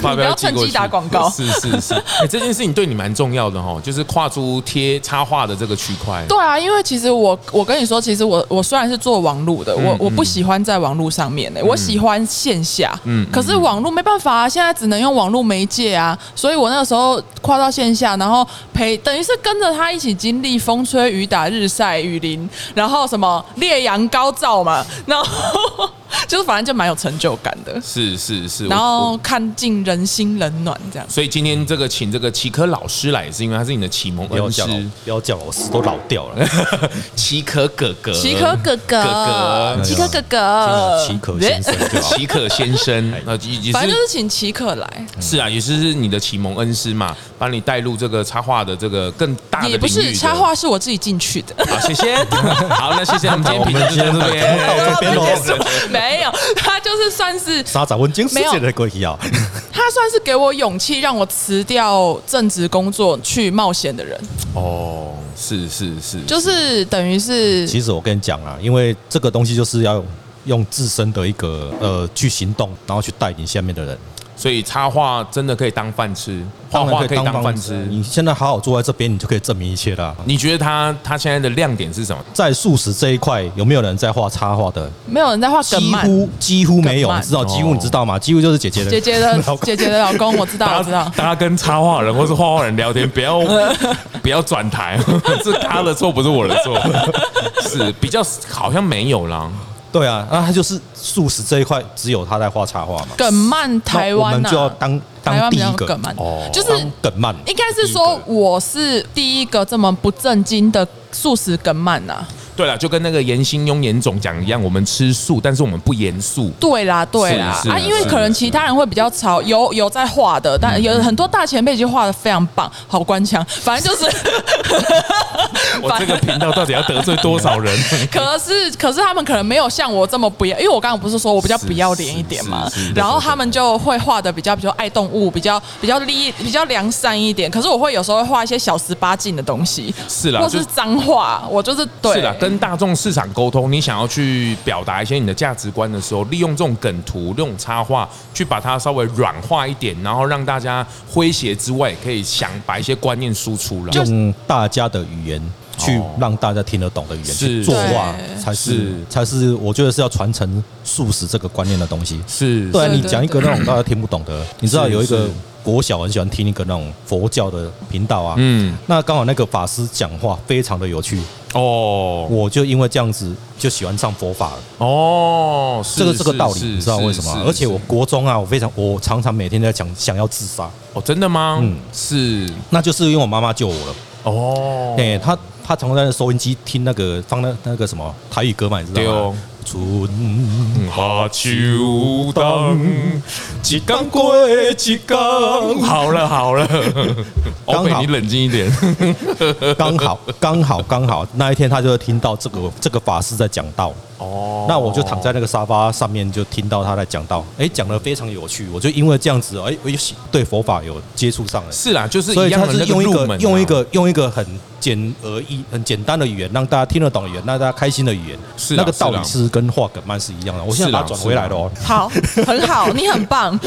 S1: 发
S3: 你不
S1: 票
S3: 要
S1: 会寄
S3: 趁
S1: 过
S3: 机
S1: 去。
S3: 打广告。
S1: 是是 是，哎，这件事情对你蛮重要的哦，就是跨出贴插画的这个区块。
S3: 对啊，因为其实我我跟你说，其实我我虽然是做网路
S1: 嗯
S3: 的，我我不喜欢在网路上面呢、我喜欢线下。
S1: 嗯
S3: 嗯，可是网路没办法啊，现在只能用网路媒介啊，所以我那个时候跨到线下，然后陪等于是跟着他一起经历风吹雨打、日晒雨淋，然后什么烈阳高照嘛，然后 就是反正就蛮有成就感的。
S1: 是是是，
S3: 然
S1: 我
S3: 后
S1: 我
S3: 看尽人心冷暖这样。
S1: 所以今天这个请这个奇科老师来，是因为他是你的启蒙
S4: 不要
S1: 恩
S4: 叫老
S1: 师，
S4: 不要叫老师，都老掉了。
S1: 奇科哥哥，
S4: 呃
S3: 奇科哥
S1: 哥
S3: 哥，
S1: 哥
S3: 奇
S4: 哎
S3: 科哥哎哥，
S4: 奇可哎先生 就好。
S1: 奇可先生，那也也
S3: 反正就是是请奇可来，
S1: 是啊，也是你的启蒙恩师嘛，把你带入这个插画的这个更大的领域
S3: 也不是
S1: 的
S3: 插画，是我自己进去 的。
S1: 好，谢谢。 好，那谢谢我们今天
S4: 好我
S1: 评
S4: 们
S1: 论
S4: 今天
S1: 就到这边
S4: 到 这
S3: 我
S4: 边喽
S3: 们结束没有，他就是算是
S4: 沙仔问金世界的过去啊，
S3: 他算是给我勇气，让我辞掉正职工作去冒险的人，
S1: 哦，是是是，
S3: 就是等于是
S4: 其实我跟你讲啊，因为这个东西就是要用用自身的一个呃去行动，然后去带领下面的人。
S1: 所以插画真的可以当饭吃，画画可以当饭吃。
S4: 你现在好好坐在这边，你就可以证明一切
S3: 嗯
S4: 啦。
S1: 你觉得他他现在的亮点是什么？
S4: 在素食这一块，有没有人在画插画的？
S3: 没有人在画梗
S4: 几
S3: 漫。
S4: 乎几乎没有，
S3: 更慢
S4: 你知道？
S1: 哦
S4: 几乎你知道吗？几乎就是姐姐的
S3: 姐姐的
S4: 老公
S3: 姐姐的老公，我知 道，我知道。
S1: 大家跟插画人或是画画人聊天，不 要不要转台， 是他的错，不是我的错。 是比较好像没有啦，
S4: 对啊，那他就是素食这一块，只有他在画插画嘛。
S3: 梗漫台湾啊
S4: 那我
S3: 呐、
S4: 们就要当
S3: 台湾
S4: 当第
S3: 比较
S4: 一
S3: 有
S4: 个
S3: 梗漫，
S1: 哦
S3: 就是
S4: 当梗漫。
S3: 应该是说我是第一个这么不正经的素食梗漫啊呐、
S1: 对了，就跟那个严兴庸严总讲一样，我们吃素，但是我们不严肃。
S3: 对啦，对啦
S1: 是，是
S3: 啊，因为可能其他人会比较潮，有有在画的，但有很多大前辈已经画的非常棒，好官 腔，反正就是，
S1: 我这个频道到底要得罪多少人？
S3: 可是可是他们可能没有像我这么不要，因为我刚刚不是说我比较
S1: 是
S3: 不要脸一点嘛
S1: 是是是，
S3: 然后他们就会画的比较比较爱动物，比较比较利比较良善一点，可是我会有时候会画一些小十八禁的东西，
S1: 是啦
S3: 或
S1: 就是
S3: 脏话，我就是对
S1: 是啦，跟大众市场沟通，你想要去表达一些你的价值观的时候，利用这种梗图、这种插画，去把它稍微软化一点，然后让大家诙谐之外，也可以想把一些观念输出了。
S4: 用大家的语言去
S1: 哦
S4: 让大家听得懂的语言
S1: 是
S4: 去作画，
S3: 对
S4: 才
S1: 是
S4: 是才是我觉得是要传承素食这个观念的东西。
S1: 是
S4: 对啊，
S3: 对
S4: 你讲一个那种大家听不懂的，你知道有一
S1: 是
S4: 个国小很喜欢听一个那种佛教的频道啊，
S1: 嗯，
S4: 那刚好那个法师讲话非常的有趣，
S1: 哦
S4: 我就因为这样子就喜欢上佛法了。
S1: 哦，是
S4: 这个这个道理，
S1: 是
S4: 你知道为什么吗
S1: 是？
S4: 而且我
S1: 是
S4: 国中啊，我非常我常常每天在讲想要自杀，
S1: 哦，真的吗？嗯
S4: 嗯，
S1: 是
S4: 那就是因为我妈妈救我了。
S1: 哦，
S4: 哎、他他常常在收音机听那个放那那个什么台语歌嘛，你知
S1: 对
S4: 道
S1: 哦
S4: 吗？嗯春
S1: 哈秋当
S4: 一天过一天，
S1: 好了好了，欧
S4: 刚
S1: 北
S4: 好
S1: 你冷静一点，
S4: 刚好刚好刚好那一天，他就听到这个这个法师在讲道，
S1: 哦
S4: 那我就躺在那个沙发上面，就听到他在讲道，哎、讲的非常有趣，我就因为这样子，哎、我又喜对佛法有接触上了。
S1: 是啦，就是
S4: 所
S1: 一
S4: 以
S1: 样
S4: 他
S1: 的
S4: 是
S1: 那
S4: 用一
S1: 入
S4: 个
S1: 门啊
S4: 用一个用一个很简而易、很简单的语言，让大家听得懂的语言，让大家开心的语言。
S1: 是啊
S4: 那个道
S1: 是啊啊
S4: 理是跟画梗漫是一样的。我现在把它转回来了哦。
S3: 好，很好，你很 棒。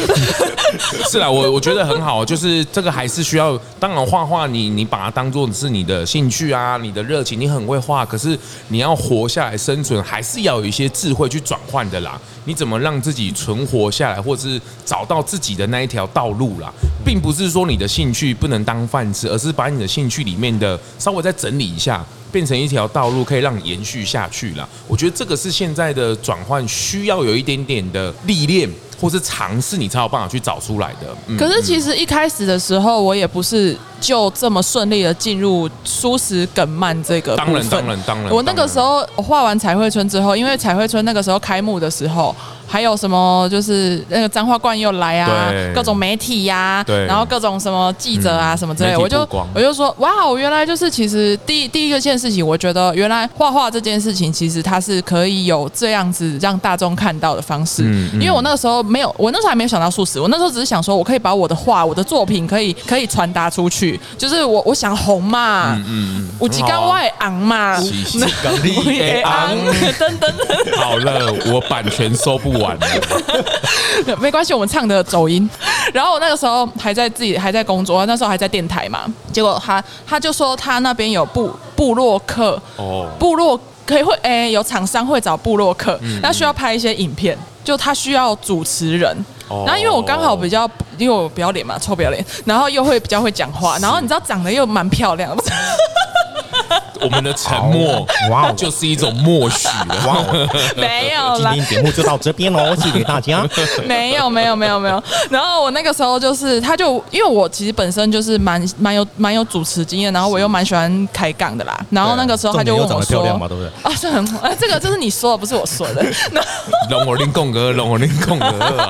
S1: 是啦，我我觉得很好，就是这个还是需要，当然画画你你把它当做是你的兴趣啊，你的热情，你很会画，可是你要活下来生存，还是要有一些智慧去转换的啦。你怎么让自己存活下来，或是找到自己的那一条道路啦，并不是说你的兴趣不能当饭吃，而是把你的兴趣里面的稍微再整理一下。变成一条道路，可以让你延续下去啦。我觉得这个是现在的转换需要有一点点的历练或是尝试，你才有办法去找出来的。嗯，
S3: 可是其实一开始的时候，我也不是就这么顺利的进入舒适梗漫这个部
S1: 当
S3: 分。
S1: 然，当然，当然。
S3: 我那个时候我画完彩绘村之后，因为彩绘村那个时候开幕的时候，还有什么就是那个彰化冠又来啊
S1: 对，
S3: 各种媒体呀、
S1: 对
S3: 然后各种什么记者啊、
S1: 嗯
S3: 什么之类
S1: 媒
S3: 的，
S1: 体
S3: 我就
S1: 曝光
S3: 我就说哇，我原来就是其实第第一个件事情，我觉得原来画画这件事情其实它是可以有这样子让大众看到的方式，
S1: 嗯嗯
S3: 因为我那个时候没有，我那时候还没有想到素食，我那时候只是想说我可以把我的画、我的作品可以可以传达出去，就是我我想红嘛，
S1: 嗯，嗯啊嗯
S3: 有一天我会红嘛，
S1: 是是
S3: 那
S1: 你
S3: 我
S1: 会
S3: 也
S1: 红
S3: 红，等等等，
S1: 好了，我版权收不完了。
S3: 没关系，我们唱的走音。然后我那个时候还在自己还在工作，那时候还在电台嘛，结果他他就说他那边有部部落客，
S1: 哦，
S3: 部落可以会诶、有厂商会找部落客，那需要拍一些影片，就他需要主持人。
S1: 哦
S3: 然后因为我刚好比较，因为我不要脸嘛，臭不要脸，然后又会比较会讲话，然后你知道长得又蛮漂亮的，
S1: 我们的沉啊默
S4: 哇哦
S1: 就是一种默许了。
S4: 哇哦，
S3: 没有
S4: 今
S3: 啦，
S4: 天节目就到这 边喽，谢谢大家。
S3: 没有没有没有没有。然后我那个时候就是，他就因为我其实本身就是蛮蛮有蛮有主持经验，然后我又蛮喜欢开杠的啦。然后那个时候他就
S4: 重
S3: 问
S4: 点又长
S3: 我
S4: 得漂
S3: 说
S4: 亮嘛，对不对？：“
S3: 啊，这很啊，这个这是你说的，不是我说的。” 然后
S1: 龙我令共歌，龙我令共歌 啊！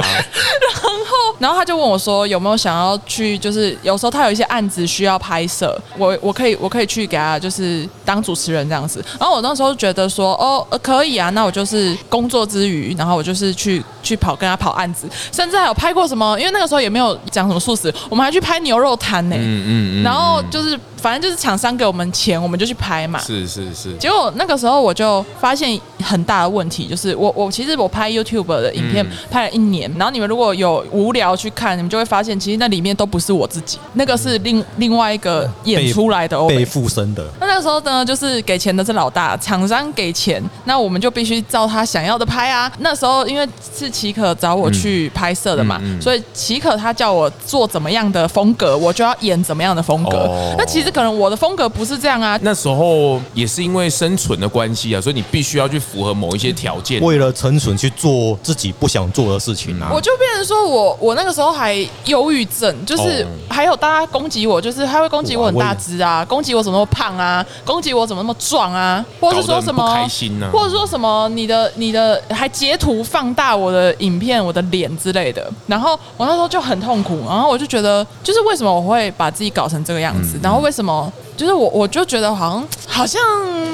S3: 然后他就问我说有没有想要去，就是有时候他有一些案子需要拍摄，我我可以我可以去给他就是当主持人这样子。然后我那时候觉得说哦、呃可以啊，那我就是工作之余，然后我就是去去跑跟他跑案子，甚至还有拍过什么，因为那个时候也没有讲什么素食，我们还去拍牛肉摊呢、
S1: 嗯嗯嗯，
S3: 然后就是反正就是厂商给我们钱，我们就去拍嘛。
S1: 是是是，
S3: 结果那个时候我就发现很大的问题，就是我我其实我拍 YouTube 的影片
S1: 嗯
S3: 拍了一年，然后你们如果有无聊去看，你们就会发现其实那里面都不是我自己，那个是
S1: 嗯
S3: 另另外一个演出来的欧
S4: 被
S3: 美。
S4: 附身的，
S3: 那那个时候呢，就是给钱的是老大，厂商给钱，那我们就必须照他想要的拍啊。那时候因为是奇可找我去拍摄的嘛，
S1: 嗯嗯嗯
S3: 所以奇可他叫我做怎么样的风格，我就要演怎么样的风格。
S1: 哦
S3: 那其实可能我的风格不是这样啊，
S1: 那时候也是因为生存的关系啊，所以你必须要去符合某一些条件。
S4: 为了生存去做自己不想做的事情啊
S3: 我。就变成说我我那个时候还忧郁症，就是
S1: 哦
S3: 还有大家攻击我，就是他会攻击我很大只啊，攻击我怎么那么胖啊，攻击我怎么那么壮啊，或者是说什
S1: 搞得
S3: 么
S1: 很不开心啊
S3: 或者说什么你的你的还截图放大我的影片、我的脸之类的。然后我那时候就很痛苦，然后我就觉得，就是为什么我会把自己搞成这个样
S1: 嗯
S3: 子，然后为什么就是我我就觉得好像好像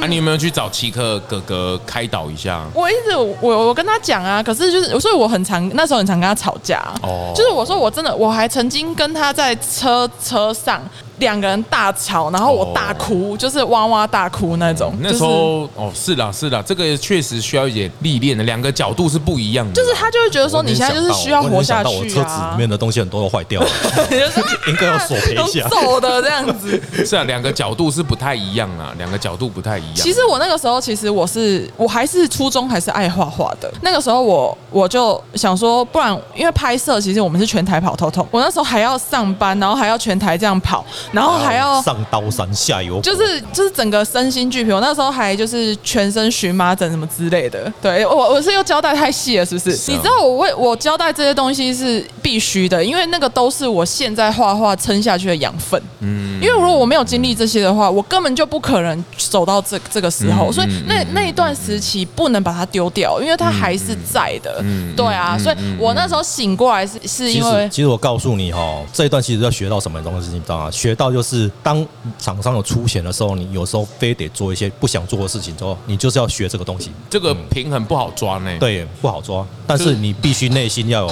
S1: 啊，你有没有去找奇克哥哥开导一下？
S3: 我一直我我跟他讲啊，可是就是所以我很常那时候很常跟他吵架、
S1: 哦
S3: 哦，就是我说我真的我还曾经跟他在车车上两个人大吵，然后我大
S4: 哦
S3: 哭，就是哇哇大哭那种。
S1: 那时
S3: 就是
S1: 候哦，是啦是啦，这个确实需要一点历练的，两个角度是不一样的。
S3: 就是他就会觉得说你现在就是需要活下去
S4: 我联想到我车子
S3: 啊
S4: 里，面的东西很多都坏掉了，
S3: 你就是啊
S4: 应该要索赔一下
S3: 用。揍的这样子。
S1: 是啊，两个角度是不太一样啊，两个角度不太一样。
S3: 其实我那个时候，其实我是我还是初中还是爱画画的。那个时候我我就想说，不然因为拍摄，其实我们是全台跑透透。我那时候还要上班，然后还要全台这样跑，然后还
S1: 哦
S3: 要
S4: 上刀山下油锅，
S3: 就是就是整个身心俱疲。我那时候还就是全身荨麻疹什么之类的。对我我是又交代太细了，是不是？
S1: 是啊
S3: 你知道我为我交代这些东西是必须的，因为那个都是我现在画画撑下去的养分。嗯，因为如果我没有经历这些的话，我根本就不可能走到这这个时候。
S1: 嗯
S3: 所以
S1: 嗯
S3: 那
S1: 嗯
S3: 那一段时期不能把它丢掉，因为它还是在的。
S1: 嗯嗯
S3: 对啊，
S1: 嗯
S3: 所以
S1: 嗯
S3: 我那时候醒过来是是
S4: 其
S3: 因
S4: 实
S3: 为，
S4: 其实我告诉你哈、哦，这一段其实要学到什么东西，你知道吗？学到就是当厂商有出钱的时候，你有时候非得做一些不想做的事情之后，你就是要学这个东西。
S1: 这个平衡不好抓呢。，
S4: 对，不好抓，但是你必须内心要有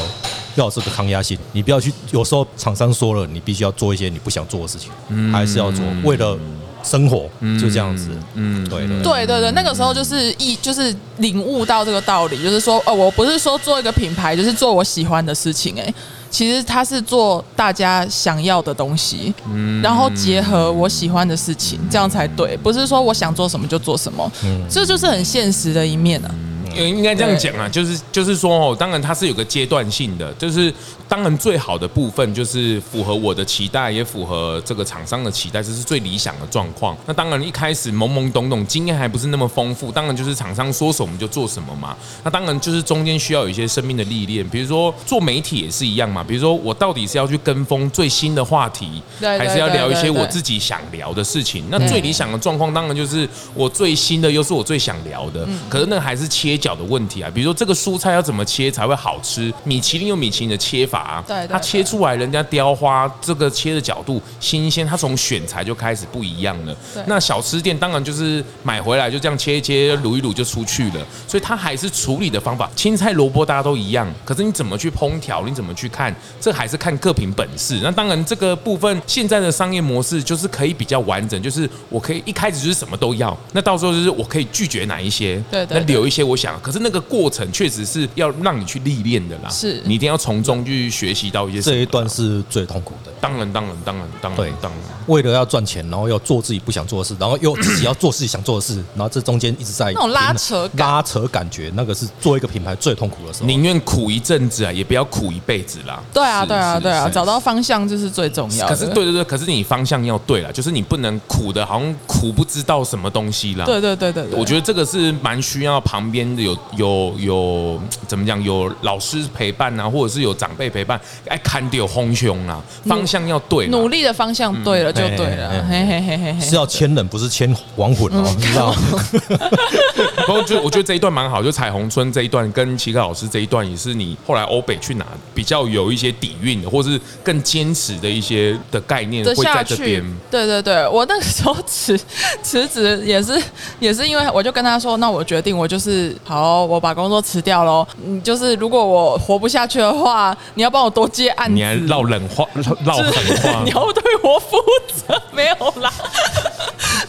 S4: 要有这个抗压性，你不要去。有时候厂商说了，你必须要做一些你不想做的事情，还是要做，为了生活就这样子。
S1: 嗯
S4: 嗯，对对
S3: 对对对，那个时候就是一就是领悟到这个道理，就是说，哦，我不是说做一个品牌，就是做我喜欢的事情、哎，其实它是做大家想要的东西，
S1: 嗯
S3: 然后结合我喜欢的事情，这样才对，不是说我想做什么就做什么，
S1: 嗯
S3: 这就是很现实的一面啊。
S1: 应该这样讲啊，就是就是说哦，当然它是有个阶段性的，就是当然最好的部分就是符合我的期待，也符合这个厂商的期待，这是最理想的状况。那当然一开始懵懵懂懂，经验还不是那么丰富，当然就是厂商说什么我们就做什么嘛。那当然就是中间需要有一些生命的历练，比如说做媒体也是一样嘛，比如说我到底是要去跟风最新的话题，
S3: 对对
S1: 还是要聊一些
S3: 对对
S1: 我
S3: 对
S1: 自己想聊的事情。那最理想的状况当然就是我最新的，又是我最想聊的。
S3: 嗯
S1: 可是那还是切角的问题啊，比如说这个蔬菜要怎么切才会好吃？米其林有米其林的切法啊，
S3: 对对
S1: 它切出来人家雕花这个切的角度新鲜，它从选材就开始不一样了
S3: 对。
S1: 那小吃店当然就是买回来就这样切一切，卤一卤就出去了，所以它还是处理的方法，青菜萝卜大家都一样，可是你怎么去烹调，你怎么去看，这还是看各凭本事。那当然这个部分现在的商业模式就是可以比较完整，就是我可以一开始就是什么都要，那到时候就是我可以拒绝哪一些，
S3: 对对
S1: 那
S3: 对
S1: 留一些我想，可是那个过程确实是要让你去历练的啦，
S3: 是
S1: 你一定要从中去学习到一些什
S4: 这
S1: 么
S4: 一段是最痛苦的。
S1: 啊当然，当然，当然，当
S4: 对
S1: 然，嗯当然。
S4: 为了要赚钱，然后要做自己不想做的事，然后又自己要做自己想做的事，然后这中间一直在
S3: 那种拉扯感
S4: 拉扯感觉，那个是做一个品牌最痛苦的时候。
S1: 宁愿苦一阵子啊，也不要苦一辈子啦。
S3: 对啊，
S1: 是
S3: 对啊，
S1: 是
S3: 对啊，
S1: 是
S3: 找到方向就是最重要
S1: 可
S3: 的。
S1: 是对啊对对，可是你方向要对了，就是你不能苦的，好像苦不知道什么东西啦。
S3: 对对对对对，
S1: 我觉得这个是蛮需要旁边有有有怎么讲，有老师陪伴啊，或者是有长辈陪伴，哎，看有轰胸啊，方向要对啦，
S3: 努力的方向对
S1: 嗯
S3: 了就对了，嘿
S4: 嘿
S3: 嘿嘿嘿嘿，
S4: 是要牵人，不是牵亡魂哦，你知道吗？
S1: 不过就我觉得这一段蛮好，就彩虹村这一段跟齐克老师这一段，也是你后来欧北去拿比较有一些底蕴的，或是更坚持的一些的概念
S3: 这
S1: 会
S3: 下
S1: 在这
S3: 去
S1: 边。，
S3: 对对对，我那个时候辞 辞职也是也是因为我就跟他说，那我决定我就是好，我把工作辞掉喽。你就是如果我活不下去的话，你要帮我多接案子，
S1: 你还唠冷话，唠
S3: 就
S1: 狠
S3: 是
S1: 话
S3: 你，要对我负责，没有啦。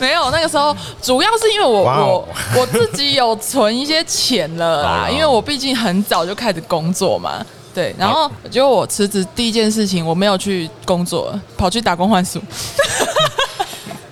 S3: 没有，那个时候主要是因为我、
S4: 哇哦
S3: 我我自己有存一些钱了啦
S1: 好啦
S3: 因为我毕竟很早就开始工作嘛，对。然后结果我辞职第一件事情，我没有去工作，跑去打工换宿。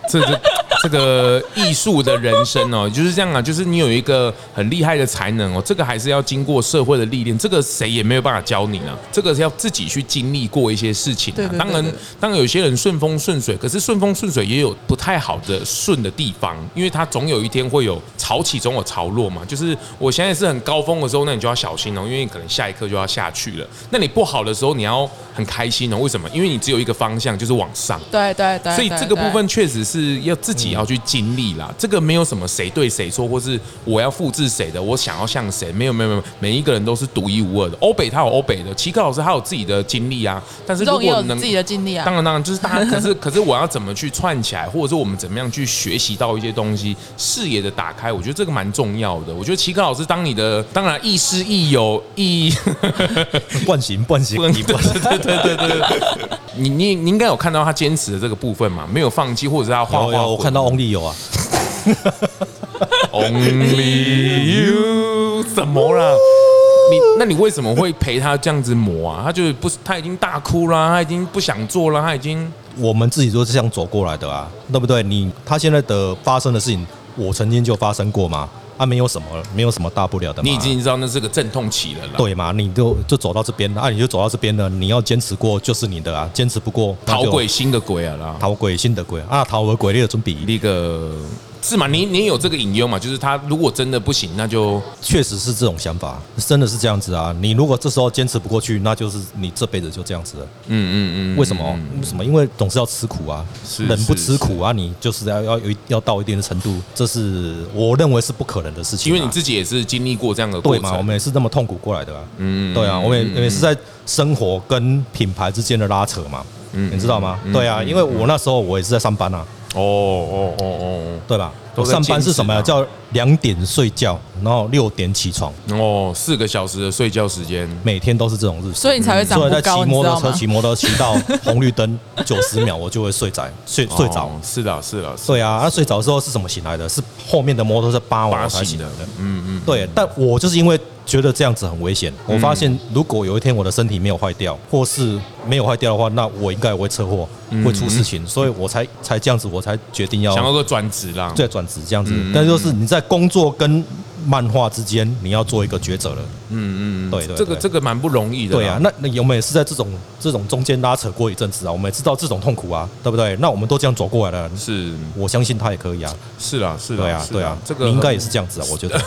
S1: 这这这个艺术的人生哦，就是这样啊，就是你有一个很厉害的才能哦，这个还是要经过社会的历练，这个谁也没有办法教你啊，这个是要自己去经历过一些事情、啊。
S3: 对对对
S1: 当然
S3: 对，
S1: 当然有些人顺风顺水，可是顺风顺水也有不太好的顺的地方，因为它总有一天会有潮起，总有潮落嘛。就是我现在是很高峰的时候，那你就要小心哦，因为你可能下一刻就要下去了。那你不好的时候，你要很开心哦，为什么？因为你只有一个方向，就是往上。
S3: 对对对，
S1: 所以
S3: 对嗯
S1: 这个部。
S3: 对
S1: 分确实是要自己要去经历啦，这个没有什么谁对谁错，或是我要复制谁的，我想要像谁，没有没有没有，每一个人都是独一无二的。欧北他有欧北的，齐克老师他有自己的经历啊，但是
S3: 这
S1: 如
S3: 种也
S1: 果
S3: 有
S1: 能
S3: 自己的经历啊
S1: 当，然，当然，就是大 家。可是，可是我要怎么去串起来，或者是我们怎么样去学习到一些东西，视野的打开，我觉得这个蛮重要的。我觉得齐克老师当你的，当然亦师亦友亦
S4: 惯行惯行，
S1: 你不是对对对对对， 你你你应该有看到他坚持的这个部分嘛，没有放弃，或者是他画
S4: 有
S1: 画。
S4: 有，我看到 Only 有啊，
S1: Only You 怎么啦？你那你为什么会陪他这样子磨啊？他就是不，他已经大哭啦，他已经不想做了，他已经
S4: 我们自己都是这样走过来的啊，对不对？你他现在的发生的事情，我曾经就发生过嘛，啊，没有什么，没有什么大不了的嘛。
S1: 你已经知道那是个阵痛期了啦。
S4: 对嘛，你就就走到这边了，啊，你就走到这边了，你要坚持过就是你的啊，坚持不过那
S1: 逃
S4: 就
S1: 鬼新的鬼啊啦，
S4: 逃鬼新的鬼啊，逃回鬼你的准备，
S1: 那个是嘛？你你有这个隐忧嘛？就是他如果真的不行，那就
S4: 确实是这种想法，真的是这样子啊。你如果这时候坚持不过去，那就是你这辈子就这样子了。
S1: 嗯嗯嗯，
S4: 为什么？为什么？因为总是要吃苦啊，
S1: 是
S4: 人不
S1: 是
S4: 吃苦啊，你就是要要有一要到一定的程度，这是我认为是不可能的事情啊。
S1: 因为你自己也是经历过这样的过
S4: 对
S1: 程
S4: 嘛，我们也是那么痛苦过来的啊。
S1: 嗯
S4: 嗯，对啊，我们也也是在生活跟品牌之间的拉扯嘛。嗯，你知道吗？对啊，因为我那时候我也是在上班啊，
S1: 哦哦哦哦
S4: 对吧？
S1: 都
S4: 我
S1: 在
S4: 上班是什么呀？
S1: 兼
S4: 叫两点睡觉，然后六点起床，
S1: 哦哦，四个小时的睡觉时间，
S4: 每天都是这种日子。嗯
S3: 所以你才会长
S4: 所以
S3: 不
S4: 在骑
S3: 高，你
S4: 摩
S3: 知
S4: 托
S3: 道
S4: 车、
S3: 吗？
S4: 骑摩托车骑到红绿灯九十秒，我就会睡着，睡睡着
S1: 哦。是的，是的，是
S4: 对啊，那睡着之后是怎么醒来的？是后面的摩托车扒我
S1: 八
S4: 我才
S1: 型
S4: 醒来
S1: 的
S4: 的。，
S1: 嗯嗯，
S4: 对，但我就是因为觉得这样子很危险，我发现如果有一天我的身体没有坏掉，或是没有坏掉的话，那我应该也会车祸，会出事情，所以我才才这样子，我才决定
S1: 嗯想要嗯
S4: 要
S1: 个转职啦，
S4: 再转职这样子。但就是你在工作跟漫画之间，你要做一个抉择了。嗯嗯，对对，
S1: 这个这
S4: 个。
S1: 个蛮不容易的啦，
S4: 对啊，那那我们也是在这种这种中间拉扯过一阵子啊，我们也知道这种痛苦啊，对不对？那我们都这样走过来了，
S1: 是
S4: 我相信他也可以啊，
S1: 是啦，是啦，
S4: 对啊
S1: 是，啦
S4: 对啊，
S1: 这个
S4: 你应该也是这样子啊，我觉得。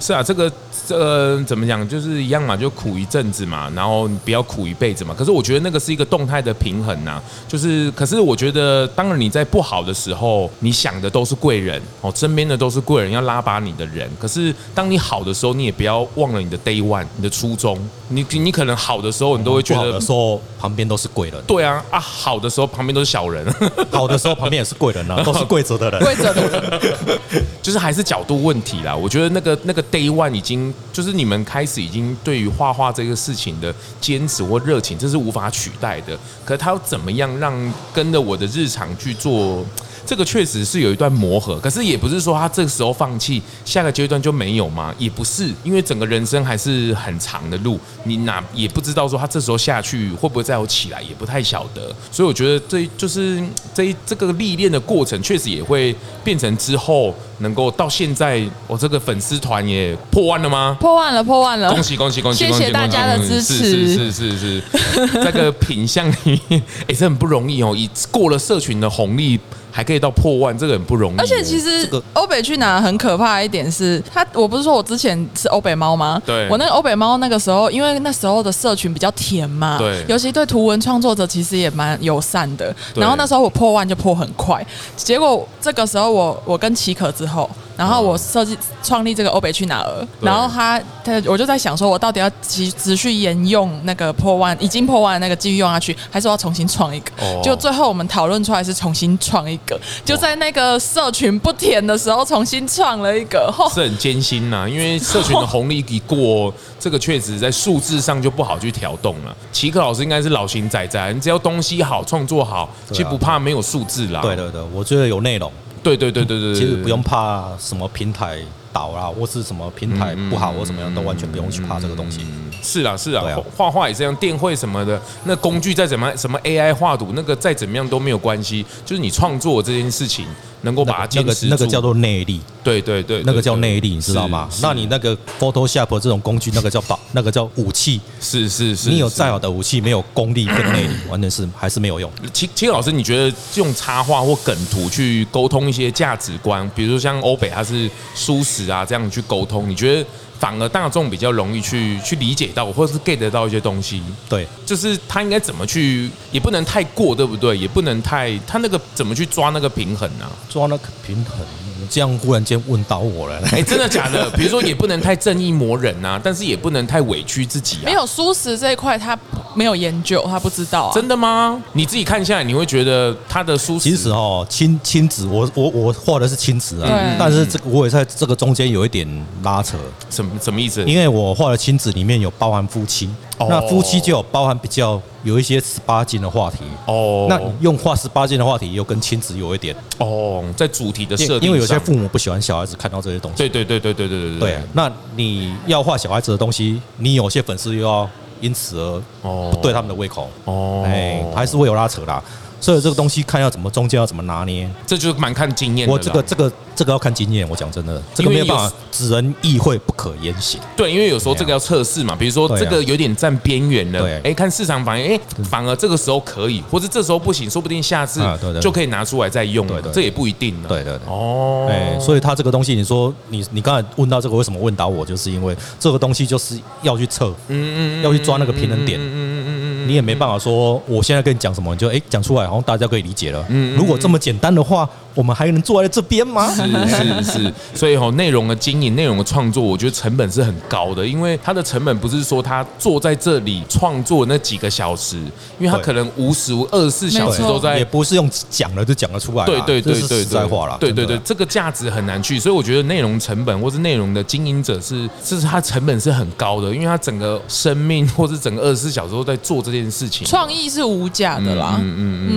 S1: 是啊，这个这个怎么讲，就是一样嘛，就苦一阵子嘛，然后你不要苦一辈子嘛。可是我觉得那个是一个动态的平衡呐、就是可是我觉得，当然你在不好的时候，你想的都是贵人哦，身边的都是贵人要拉拔你的人。可是当你好的时候，你也不要忘了你的 day one，你的初衷。你你可能好的时候，你都会觉
S4: 哦不好
S1: 得
S4: 的。时候旁边都是贵人，
S1: 对啊，啊，好的时候旁边都是小人，
S4: 好的时候旁边也是贵人 啊，都是跪着的人。
S3: 跪着的人，
S1: 就是还是角度问题啦。我觉得那个那个 day one 已经就是你们开始已经对于画画这个事情的坚持或热情，这是无法取代的。可他要怎么样让跟着我的日常去做？这个确实是有一段磨合，可是也不是说他这时候放弃，下个阶段就没有嘛，也不是，因为整个人生还是很长的路，你哪也不知道说他这时候下去会不会再有起来，也不太晓得，所以我觉得这就是嗯这一这个历练的过程，确实也会变成之后能够到现在，我这个粉丝团也 破万了吗？
S3: 破万了，破万了！
S1: 恭喜恭喜恭喜！
S3: 哦谢
S1: 恭喜
S3: 谢大家的
S1: 恭喜是
S3: 支持。
S1: 是是是是，这个品相里面，哎，这很不容易哦。以过了社群的红利，还可以到破万，这个很不容易。
S3: 而且其，
S1: 嗯
S3: 实
S4: 个
S3: 欧北去哪很可怕的一点是，他我不是说我之前是欧北猫吗？
S1: 对
S3: 我那个欧北猫那个时候，因为那时候的社群比较甜嘛，
S1: 对
S3: 尤其对图文创作者其实也蛮友善的。
S1: 对
S3: 然后那时候我破万就破很快，结果这个时候我我跟奇可之后，然后我设计创立这个欧北去哪儿，
S1: 嗯对
S3: 然后他他我就在想说，我到底要持持续沿用那个破万已经破万的那个继续用下去，还是我要重新创一个？
S1: 哦
S3: 就最后我们讨论出来是重新创一个，就在那个社群不甜的时候重新创了一个。 吼
S1: 是啊很艰辛呐、因为社群的红利一过，这个确实在数字上就不好去调动了。奇克老师应该是老型仔仔，你只要东西好，创作好，
S4: 对啊
S1: 其实不怕没有数字啦。
S4: 对对对，我觉得有内容，
S1: 对对对对对，对
S4: 其实不用怕什么平台倒啦，或是什么平台
S1: 嗯
S4: 不好或怎么样，都完全不用去怕这个东西。
S1: 是啦是啦
S4: 对啊，
S1: 画画也是这样，电绘什么的，那工具再怎么什么 AI 画图，那个再怎么样都没有关系，就是你创作这件事情能够把它
S4: 那
S1: 坚
S4: 个
S1: 持住，
S4: 那个叫做内力，
S1: 对对对，对
S4: 那个叫内力，
S1: 对
S4: 你知道吗
S1: 是？
S4: 那你那个 Photoshop 这种工具，那个叫 宝，那个叫武器。
S1: 是是是，
S4: 你有
S1: 是
S4: 再好的武器，没有功力跟 内力，完全是还是没有用。
S1: 其其实老师，你觉得用插画或梗图去沟通一些价值观，比如说像欧北他是素食啊这样去沟通，你觉得反而大众比较容易去去理解到，或者是 get 得到一些东西？
S4: 对，
S1: 就是他应该怎么去，也不能太过，对不对？也不能太他那个怎么去抓那个平衡啊？
S4: 抓那个平衡，你这样忽然间问到我了。
S1: 哎，真的假的？比如说也不能太正义魔人啊，但是也不能太委屈自己啊。
S3: 没有素食这一块，他没有研究，他不知道啊。
S1: 真的吗？你自己看下来，你会觉得他的舒
S4: 其实哦，亲亲子，我我我画的是亲子
S1: 嗯
S4: 啊
S3: 对，
S4: 但是这个我也在这个中间有一点拉扯，
S1: 什么什么意思？
S4: 因为我画的亲子里面有包含夫妻，
S1: 哦
S4: 那夫妻就有包含比较有一些十八禁的话题。
S1: 哦，
S4: 那用画十八禁的话题又跟亲子有一点，
S1: 哦，在主题的设定上，
S4: 因为有些父母不喜欢小孩子看到这些东西。
S1: 对对对对对对对
S4: 对，啊那你要画小孩子的东西，你有些粉丝又要因此
S1: 哦
S4: 而不对他们的胃口，
S1: 哦，
S4: 哎，还是会有拉扯啦。所以这个东西看要怎么中间要怎么拿捏，
S1: 这就是蛮看经验的啦。
S4: 我这个这个这个要看经验，我讲真的，这啊个没有办
S1: 因为
S4: 法，只能意会不可言行。
S1: 对，因为有时候这个要测试嘛，比如说
S4: 对啊
S1: 这个有点站边缘了
S4: 对，啊
S1: 哎，看市场反应，哎，反而这个时候可以，或者这时候不行，说不定下次
S4: 啊对对
S1: 就可以拿出来再用了
S4: 对，对
S1: 这也不一定呢。
S4: 对对对
S1: 哦，
S4: 哎，所以他这个东西，你说你你刚才问到这个为什么问到我，就是因为这个东西就是要去测，嗯嗯，要去抓那个平衡点，嗯嗯嗯，你也没办法说我现在跟你讲什么，你就哎讲出来，好像大家可以理解了。如果这么简单的话，我们还能坐在这边吗？
S1: 嗯是是是，所以吼、内容的经营、内容的创作，我觉得成本是很高的，因为它的成本不是说他坐在这里创作那几个小时，因为他
S4: 对
S1: 可能无时无二十四小时
S3: 没错
S1: 都在
S4: 也不是用讲了就讲得出来啦，
S1: 对对对对
S4: 这是
S1: 对，
S4: 实在话啦，
S1: 对对
S4: 真
S1: 对
S4: 的，
S1: 这个价值很难去，所以我觉得内容成本或是内容的经营者是，这是它成本是很高的，因为它整个生命或是整个二十四小时都在做这件事情。
S3: 创意是无价的啦。
S1: 嗯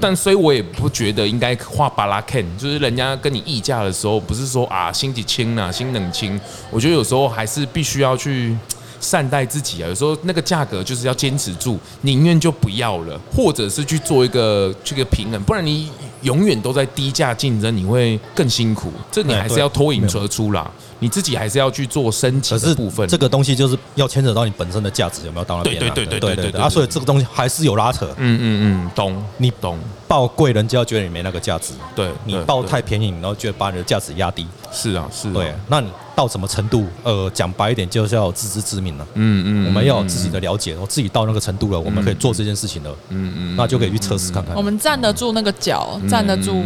S1: 但所以我也不觉得应该画巴拉 can，就是人家跟你议价的时候，不是说啊心几轻啊心冷清，我觉得有时候还是必须要去。善待自己啊，有时候那个价格就是要坚持住，宁愿就不要了，或者是去做一个这个平衡，不然你永远都在低价竞争，你会更辛苦。这你
S4: 哎
S1: 还是
S4: 对
S1: 要脱颖
S4: 没有
S1: 而出啦，你自己还是要去做升级
S4: 可
S1: 的
S4: 是
S1: 部分。
S4: 这个东西就是要牵扯到你本身的价值有没有到那边啊，
S1: 对对对对对
S4: 对
S1: 对对
S4: 啊，所以这个东西还是有拉扯，
S1: 嗯嗯嗯，懂
S4: 你
S1: 懂，
S4: 报贵人家觉得你没那个价值，
S1: 对
S4: 你
S1: 对
S4: 报
S1: 对
S4: 太便宜，然后觉得把你的价值压低，
S1: 是啊是啊，
S4: 对，那你到什么程度？呃，讲白一点，就是要有自知之明了。
S1: 嗯嗯，
S4: 我们要有自己的了解，我哦自己到那个程度了，我们可以做这件事情了。嗯嗯，那就可以去测试看看
S3: 我。们站得住那个脚，站得
S1: 嗯
S3: 住，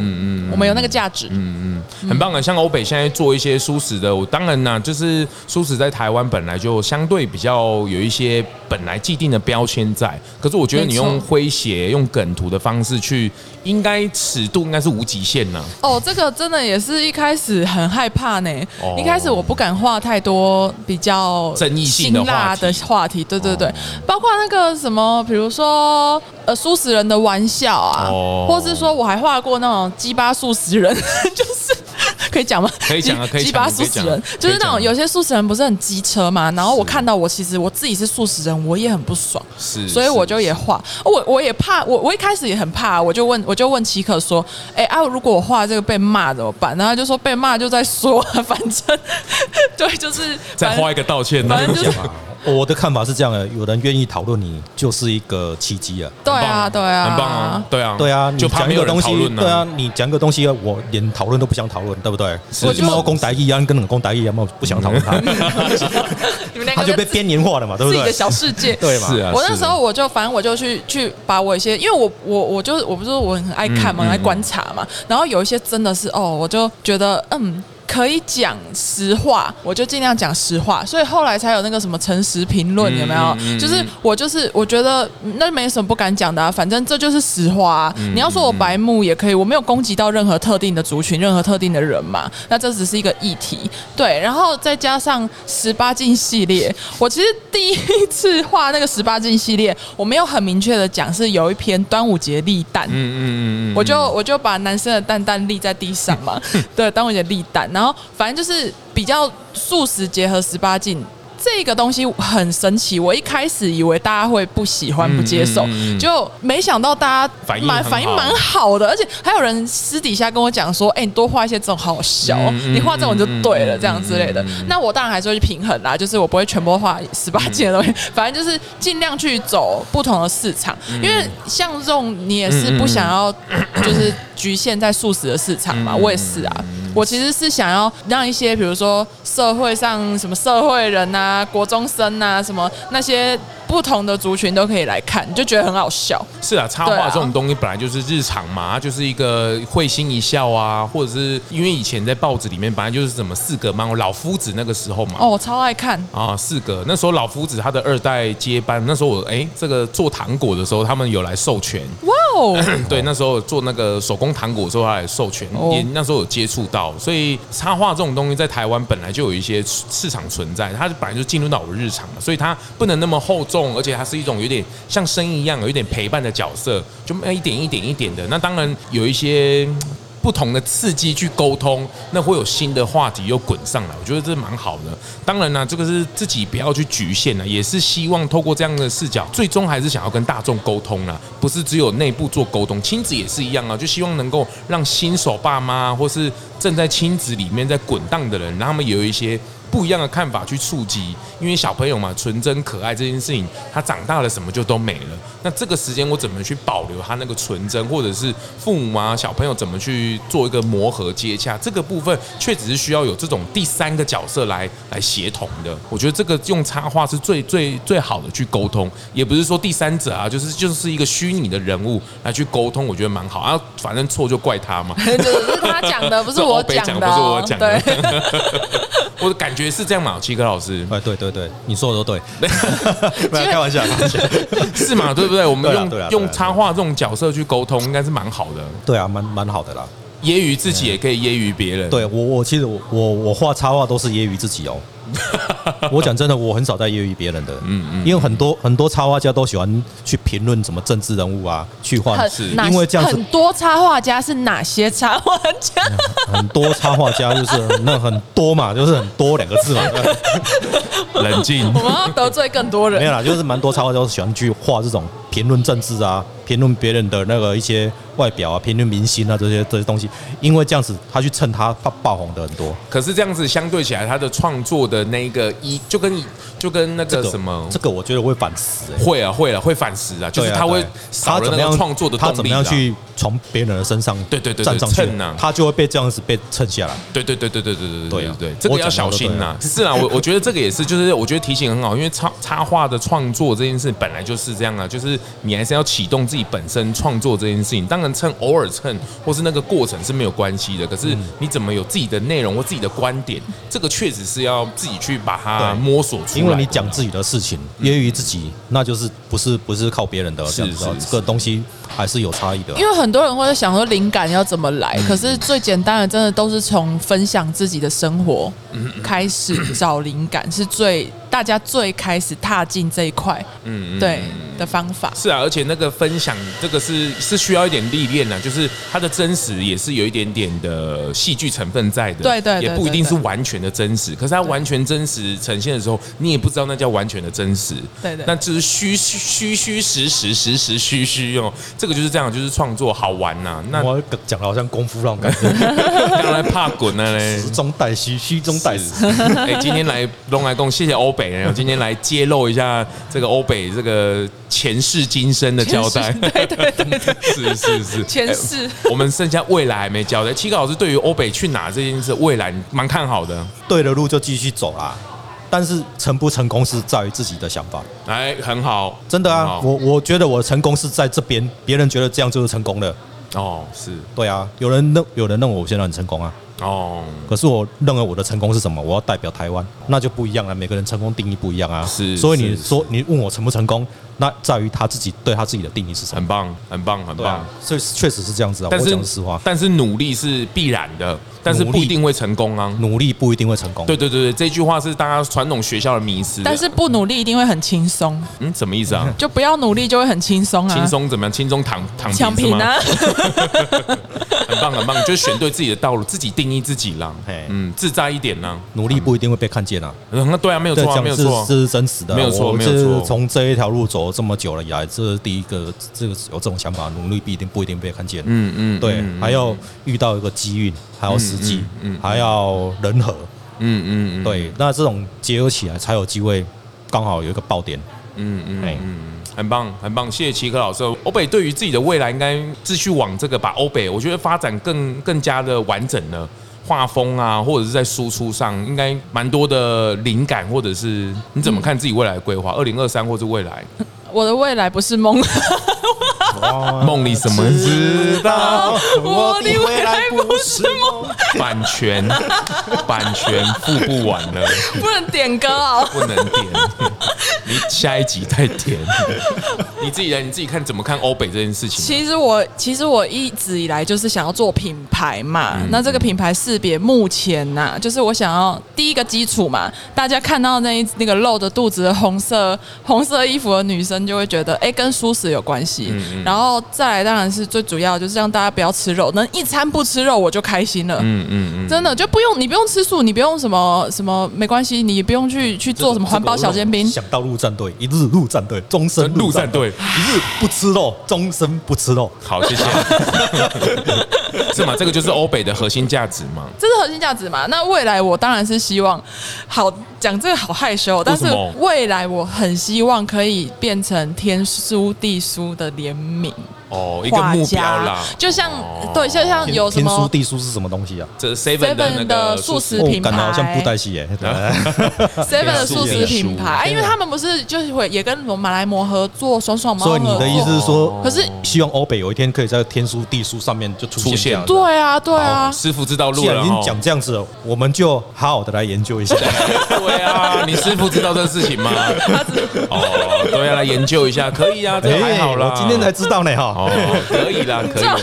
S3: 我们有那个价值。
S1: 很棒的。啊像欧北现在做一些素食的，我当然啦、就是素食在台湾本来就相对比较有一些本来既定的标签在，可是我觉得你用
S3: 没
S1: 诙谐、用梗图的方式去，应该尺度应该是无极限呐、
S3: 哦，这个真的也是一开始很害怕呢
S1: 哦。
S3: 一开始我不敢画太多比较
S1: 争议性的
S3: 辛
S1: 话
S3: 辣
S1: 题哦
S3: 的话题，对对对，包括那个什么，比如说呃，苏死人的玩笑啊，
S1: 哦
S3: 或是说我还画过那种鸡巴素食人， 就是可以讲吗？
S1: 可以讲啊
S3: 鸡
S1: 可以讲
S3: 鸡巴
S1: 可
S3: 素
S1: 以
S3: 食
S1: 讲
S3: 人
S1: 可
S3: 就是
S1: 以
S3: 那
S1: 讲啊
S3: 种有些素食人不是很机车嘛，然后我看到我其实我自己是素食人，我也很不爽，
S1: 是
S3: 所以
S1: 是
S3: 我就也画，我我也怕，我我一开始也很怕，我就问我就问奇可说，哎、啊，如果我画这个被骂怎么办？然后他就说被骂就在说， 反正对，就是
S1: 再
S3: 反正
S1: 画一个道歉，
S3: 反正就是
S1: 讲啊
S4: 我的看法是这样的，有人愿意讨论你，就是一个契机啊。
S3: 对
S1: 很棒
S3: 啊对啊，
S1: 很棒啊，对啊，
S4: 对啊，你
S1: 就怕
S4: 讲
S1: 没
S4: 一
S1: 有
S4: 个
S1: 人
S4: 东
S1: 讨
S4: 西，
S1: 论呢
S4: 对啊，，你讲一个东西，我连讨论都不想讨论，对不对？
S1: 是
S4: 我今猫公台一啊，跟冷公台一啊，我不想讨论它，
S3: 你们两
S4: 它
S3: 个
S4: 就被
S3: 自己
S4: 边缘化了嘛，对不
S3: 自己的
S4: 对？
S3: 小世界，
S4: 对嘛？
S1: 是啊
S3: 我那时候我就反正我就去去把我一些，因为我我我就我不是说我很爱看嘛，
S1: 嗯嗯
S3: 很爱观察嘛，然后有一些真的是哦，我就觉得嗯。可以讲实话，我就尽量讲实话，所以后来才有那个什么诚实评论，
S1: 嗯
S3: 有没有？
S1: 嗯嗯
S3: 就是
S1: 嗯
S3: 我就是我觉得嗯那没什么不敢讲的、啊，反正这就是实话、啊。你要说我白目也可以，我没有攻击到任何特定的族群、任何特定的人嘛。那这只是一个议题，对。然后再加上十八禁系列，我其实第一次画那个十八禁系列，我没有很明确的讲，是有一篇端午节立蛋，
S1: 嗯嗯嗯嗯嗯，
S3: 我就我就把男生的蛋蛋立在地上 嘛，对，当我的立蛋，然后反正就是比较素食结合十八禁。这个东西很神奇，我一开始以为大家会不喜欢、
S1: 嗯
S3: 不接受，
S1: 嗯嗯嗯
S3: 就没想到大家
S1: 反应
S3: 蛮
S1: 很
S3: 反应
S1: 好
S3: 蛮好的，而且还有人私底下跟我讲说：“哎、你多画一些这种好笑，
S1: 嗯嗯
S3: 你画这种就对了，
S1: 嗯嗯
S3: 这样之类的。
S1: 嗯嗯嗯
S3: 那我当然还是会去平衡啦，就是我不会全部画十八禁的东西，反正就是尽量去走不同的市场，因为像这种你也是不想要就是局限在素食的市场嘛，
S1: 嗯嗯
S3: 我也是啊。我其实是想要让一些，比如说社会上什么社会人啊、国中生啊，什么那些不同的族群都可以来看，就觉得很好笑。
S1: 是啊，插
S3: 对
S1: 画
S3: 啊
S1: 这种东西本来就是日常嘛，它就是一个会心一笑啊，或者是因为以前在报纸里面，本来就是什么四格漫画，老夫子那个时候嘛。
S3: 哦，我超爱看，
S1: 啊，四格那时候老夫子他的二代接班，那时候我哎、这个做糖果的时候，他们有来授权，
S3: 哇 哦！
S1: 对，那时候做那个手工糖果的时候，他来授权，
S3: 哦
S1: 也那时候有接触到，所以插画这种东西在台湾本来就有一些市场存在，它本来就进入到我日常了，所以它不能那么厚重，而且它是一种有点像声音一样，有一点陪伴的角色，就一点一点一点的。那当然有一些。嗯不同的刺激去沟通，那会有新的话题又滚上来，我觉得这蛮好的。当然啦、这个是自己不要去局限了、也是希望透过这样的视角，最终还是想要跟大众沟通啦、不是只有内部做沟通，亲子也是一样啊，就希望能够让新手爸妈或是正在亲子里面在滚荡的人，让他们有一些。不一样的看法去触及，因为小朋友嘛，纯真可爱这件事情，他长大了什么就都没了。那这个时间我怎么去保留他那个纯真，或者是父母啊小朋友怎么去做一个磨合接洽，这个部分确实是需要有这种第三个角色来来协同的。我觉得这个用插画是最最最好的去沟通，也不是说第三者啊，就是就是一个虚拟的人物来去沟通，我觉得蛮好啊。反正错就怪他嘛，
S3: 就是他讲的，不是我讲的、哦，
S1: 这欧北讲不是
S3: 对，
S1: 我讲的。 我的感觉是这样嘛，七哥老师
S4: 哎，对对对，你说的都对，没有开玩笑，开玩笑。
S1: 是嘛，对不对？我们
S4: 对啦对啦啊
S1: 用
S4: 对啦
S1: 用插画这种角色去沟通，应该是蛮好的。
S4: 对啊，蛮蛮好的啦。
S1: 揶揄自己也可以揶揄别人，
S4: 啊对我，我其实我我我画插画都是揶揄自己哦。我讲真的，我很少在揶揄别人的，嗯嗯，因为很多很多插画家都喜欢去评论什么政治人物啊，去画，
S3: 很哪
S4: 因为这样子
S3: 很多插画家是哪些插画家？
S4: 很多插画家就是那很多嘛，就是很多两个字嘛，
S1: 冷静
S3: 我。们要得罪更多
S4: 没有
S3: 人。
S4: 啦，就是蛮多插画家都喜欢去画这种评论政治啊，评论别人的那个一些外表啊，评论明星啊这些这些东西，因为这样子他去蹭他爆爆红的很多。
S1: 可是这样子相对起来，他的创作的那个一就跟就跟那
S4: 这
S1: 个
S4: 个
S1: 什么
S4: 这个我觉得我会反思、欸。
S1: 会啊会啊会反思啊，就是
S4: 对啊
S1: 他会
S4: 对
S1: 少了
S4: 怎么
S1: 那个
S4: 样
S1: 创作的
S4: 他
S1: 动
S4: 怎么
S1: 力
S4: 样
S1: 啊。
S4: 去从别人的身上
S1: 对对对对
S4: 站上去
S1: 蹭啊，
S4: 他就会被这样子被蹭下来。
S1: 对对对对对对对
S4: 对啊
S1: 对，这个
S4: 我
S1: 要
S4: 讲
S1: 小
S4: 的都
S1: 心
S4: 对
S1: 呐
S4: 啊。
S1: 是啊，我我 觉得这个也是，就是我觉得提醒很好，因为插插画的创作这件事本来就是这样啊，就是你还是要启动自己本身创作这件事情。当然蹭偶尔蹭或是那个过程是没有关系的，可
S4: 嗯
S1: 是你怎么有自己的内容或自己的观点，这个确实是要自己去把它
S4: 对
S1: 摸索出来。
S4: 因为你讲自己的事情，揶揄自己，那就是不是不是靠别人的
S1: 是
S4: 这样子哦
S1: 是，
S4: 这个东西还是有差异的啊啦。
S3: 因为很多人会想说灵感要怎么来，
S4: 嗯
S3: 可是最简单的真的都是从分享自己的生活开始找灵感，是最大家最开始踏进这一块
S1: 嗯，嗯
S3: 对的方法。
S1: 是啊，而且那个分享这个是是需要一点历练的，就是它的真实也是有一点点的戏剧成分在的，
S3: 对对对
S1: 也不一定
S3: 对
S1: 是
S3: 对
S1: 完全的真实。可是它完全真实呈现的时候，你也不知道那叫完全的真实，
S3: 对对
S1: 那就是虚虚虚虚实实实实虚虚哦，这个就是这样，就是创作好玩呐、 那
S4: 我讲的好像功夫那种 感觉，
S1: 当然怕滚了嘞
S4: 实。中带虚，虚中带实。
S1: 是。 哎、今天来龙来共，谢谢欧北， 我今天来揭露一下这个欧北这个前世今生的交代。 对对对是是 是，
S3: 前世
S1: 哎我们剩下未来还没交代。七个老师对于欧北去哪这件事，未来蛮看好的。
S4: 对的路就继续走啦。但是成不成功是在于自己的想法，
S1: 哎，很好，
S4: 真的
S1: 很
S4: 啊，
S1: 好
S4: 我我觉得我的成功是在这边，别人觉得这样就是成功了，
S1: 哦是
S4: 对啊，有人认有人认为我现在很成功啊，
S1: 哦
S4: 可是我认为我的成功是什么？我要代表台湾，那就不一样了，每个人成功定义不一样啊，
S1: 是
S4: 所以你
S1: 是
S4: 说你问我成不成功，那在于他自己对他自己的定义是什么，
S1: 很棒很棒很
S4: 对
S1: 棒
S4: 啊。，所以确实是这样子啊，
S1: 但
S4: 我
S1: 是
S4: 讲实话，
S1: 但是努力是必然的，但是
S4: 努
S1: 不
S4: 力
S1: 一定会成功啊。
S4: 努力不一定会成功，
S1: 对对对对，这句话是大家传统学校的迷思。
S3: 但是不努力一定会很轻松，
S1: 嗯，什么意思 啊？
S3: 就不要努力就会很轻松啊，
S1: 轻松怎么样？轻松躺躺
S3: 抢
S1: 平是
S3: 平
S1: 吗
S3: 啊，！
S1: 很棒很棒，就是选对自己的道路，自己定义自己啦
S4: 嘿，
S1: 嗯，自在一点啦。
S4: 努力不一定会被看见啊。
S1: 嗯，那对啊，没有
S4: 对，
S1: 错啊，
S4: 讲
S1: 没有
S4: 是
S1: 错啊，
S4: 是真实的啊，
S1: 没有错
S4: 我
S1: 没有
S4: 是
S1: 错
S4: 从这一条路走这么久了以来，这是第一个，这个有这种想法，努力必定不一定被看见。
S1: 嗯嗯，
S4: 对，
S1: 嗯
S4: 还要遇到一个机运，还要时机，
S1: 嗯嗯嗯
S4: 还要人和，
S1: 嗯嗯嗯，
S4: 对，那这种结合起来才有机会，刚好有一个爆点。
S1: 嗯嗯
S4: 哎
S1: 嗯嗯，很棒很棒，谢谢奇科老师。欧北对于自己的未来，应该继续往这个把欧北，我觉得发展更更加的完整了。画风啊，或者是在输出上，应该蛮多的灵感，或者是你怎么看自己未来的规划？二零二三或是未来
S3: 我的未来不是梦，
S4: 嗯
S1: 梦里什么知道？
S3: 我的未来不是
S4: 梦。
S1: 版权，版权付不完了，
S3: 不能点歌哦。
S1: 不能点。你下一集再点。 你自己来，你自己看怎么看欧北这件事情？
S3: 其实我其实我一直以来就是想要做品牌嘛，
S1: 嗯
S3: 那这个品牌识别目前呐、就是我想要第一个基础嘛，大家看到那一那个露着肚子的红色红色衣服的女生，就会觉得哎、诶跟舒适有关系。
S1: 嗯
S3: 然后再来当然是最主要就是让大家不要吃肉，能一餐不吃肉我就开心了。
S1: 嗯嗯
S3: 真的就不用你不用吃素，你不用什么什么没关系，你不用去去做什么环保小煎饼。
S4: 想到陆战队，一日陆战队，终身
S1: 陆战 队
S4: 一日不吃肉，终身不吃肉。
S1: 嗯，好，谢谢。 是吗？这个就是欧北的核心价值嘛？
S3: 这是核心价值嘛？那未来我当然是希望，好讲这个好害羞哦，但是
S1: 为什么
S3: 未来我很希望可以变成天书地书的联名
S1: 哦，一个
S3: 画
S1: 目标
S3: 家
S1: 啦，，
S3: 就像、
S1: 哦
S3: 对，就像有什
S4: 天书
S3: 么
S4: 地书是什么东西啊？
S1: 这 seven 的
S3: Seven
S1: 那个
S3: 的素食
S4: 哦
S3: 品牌
S4: 感，觉好像布袋戏耶。对
S1: 啊
S3: Seven 的素食品牌，啊
S1: 天
S3: 因为他们不是就是会也跟马来魔合作，爽爽猫合
S4: 所以
S3: 作。
S4: 你的意思是说，
S3: 可是
S4: 希望欧北有一天可以在天书地书上面就出
S1: 出现
S4: 现这样子。
S3: 对啊，对啊
S1: 哦，师傅知道路
S4: 既
S1: 了
S4: 然已经
S1: 哦。
S4: 讲这样子了，我们就好好的来研究一下。
S1: 对啊，你师傅知道这个事情 吗？哦，对啊，来研究一下，可以 啊，这个还好啦。
S4: 哎我今天才知道呢哈。
S1: 哦，可以啦， 可以啦，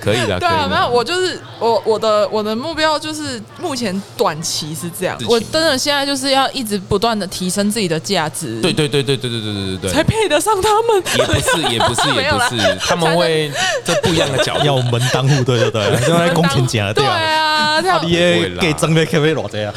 S1: 可以啦，
S3: 对啊，
S1: 可以
S3: 没
S1: 啦
S3: 有，我就是我我的我的目标就是目前短期是这样
S1: 事，情
S3: 我真的现在就是要一直不断的提升自己的价值，
S1: 对，对对对对对对对对
S3: 才
S1: 对。
S3: 配得上他们。
S1: 也不是，也不是，
S3: 没
S1: 也
S3: 有
S1: 不
S3: 啦
S1: 是，他们会这不一样的角
S4: 要
S1: 度。
S4: 门当户对，对不对？ 就在工钱讲的
S3: 对
S4: 啊。
S3: 啊，这样。
S4: 你也给增的可不可以偌这啊？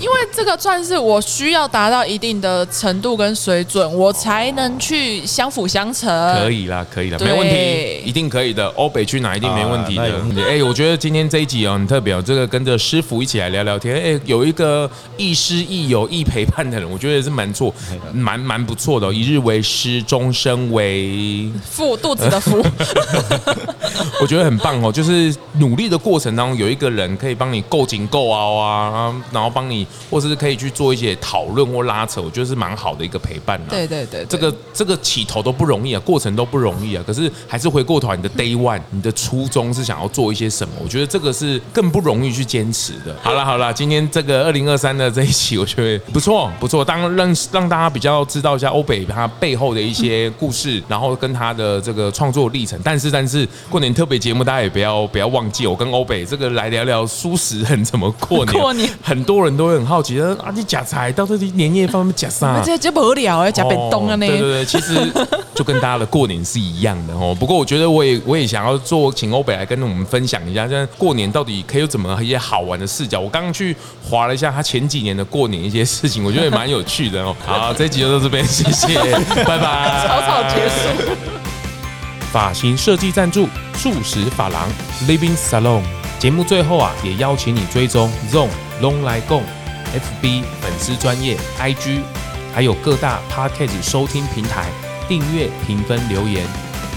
S3: 因为这个算是我需要达到一定的程度跟水准，我才能去相辅相成。
S1: 可以啦，可以啦，
S3: 对
S1: 没问题，一定可以的。欧北去哪一定没问题
S4: 啊
S1: 的
S4: 那有问。
S1: 哎，我觉得今天这一集哦很特别哦，这个跟着师傅一起来聊聊天，哎，有一个亦师亦友亦陪伴的人，我觉得是蛮 错，蛮蛮不错的哦。一日为师，终身为
S3: 腹肚子 的腹，
S1: 我觉得很棒哦，就是努力的过程当中，有一个人可以帮你够紧够凹啊，然后帮你，或者是可以去做一些讨论或拉扯，我觉得是蛮好的一个陪伴啦、
S3: 对对对，对
S1: 这个这个起头都不容易啊，过程都不容易啊，可是还是回过头来你
S3: 嗯
S1: 的 day one，你的初衷是想要做一些什么？我觉得这个是更不容易去坚持的。好了好了，今天这个二零二三的这一期，我觉得不错不错，当让让大家比较知道一下欧北他背后的一些故事，然后跟他的这个创作历程。但是但是过年特别节目大家也不 要不要忘记，我跟欧北这个来聊聊舒适人怎么过年。
S3: 过年
S1: 很多人都会很好奇，呃啊你假财到底年夜饭假啥？
S3: 这这无聊哎，假北东啊呢
S1: 哦。对对对，其实就跟大家的过年是一样的哦。 不过我觉得我也我也想要做，请欧北来跟我们分享一下，现在过年到底可以有怎么一些好玩的视角。我刚刚去划了一下他前几年的过年一些事情，我觉得也蛮有趣的哦。好，这一集就到这边，谢 谢，拜拜。
S3: 草草结束。
S1: 发型设计赞助素食发廊 Living Salon。节目最后啊，也邀请你追踪 Zone Long 来共 FB 粉丝专业 IG，还有各大 Podcast 收听平台订阅、评分、留言。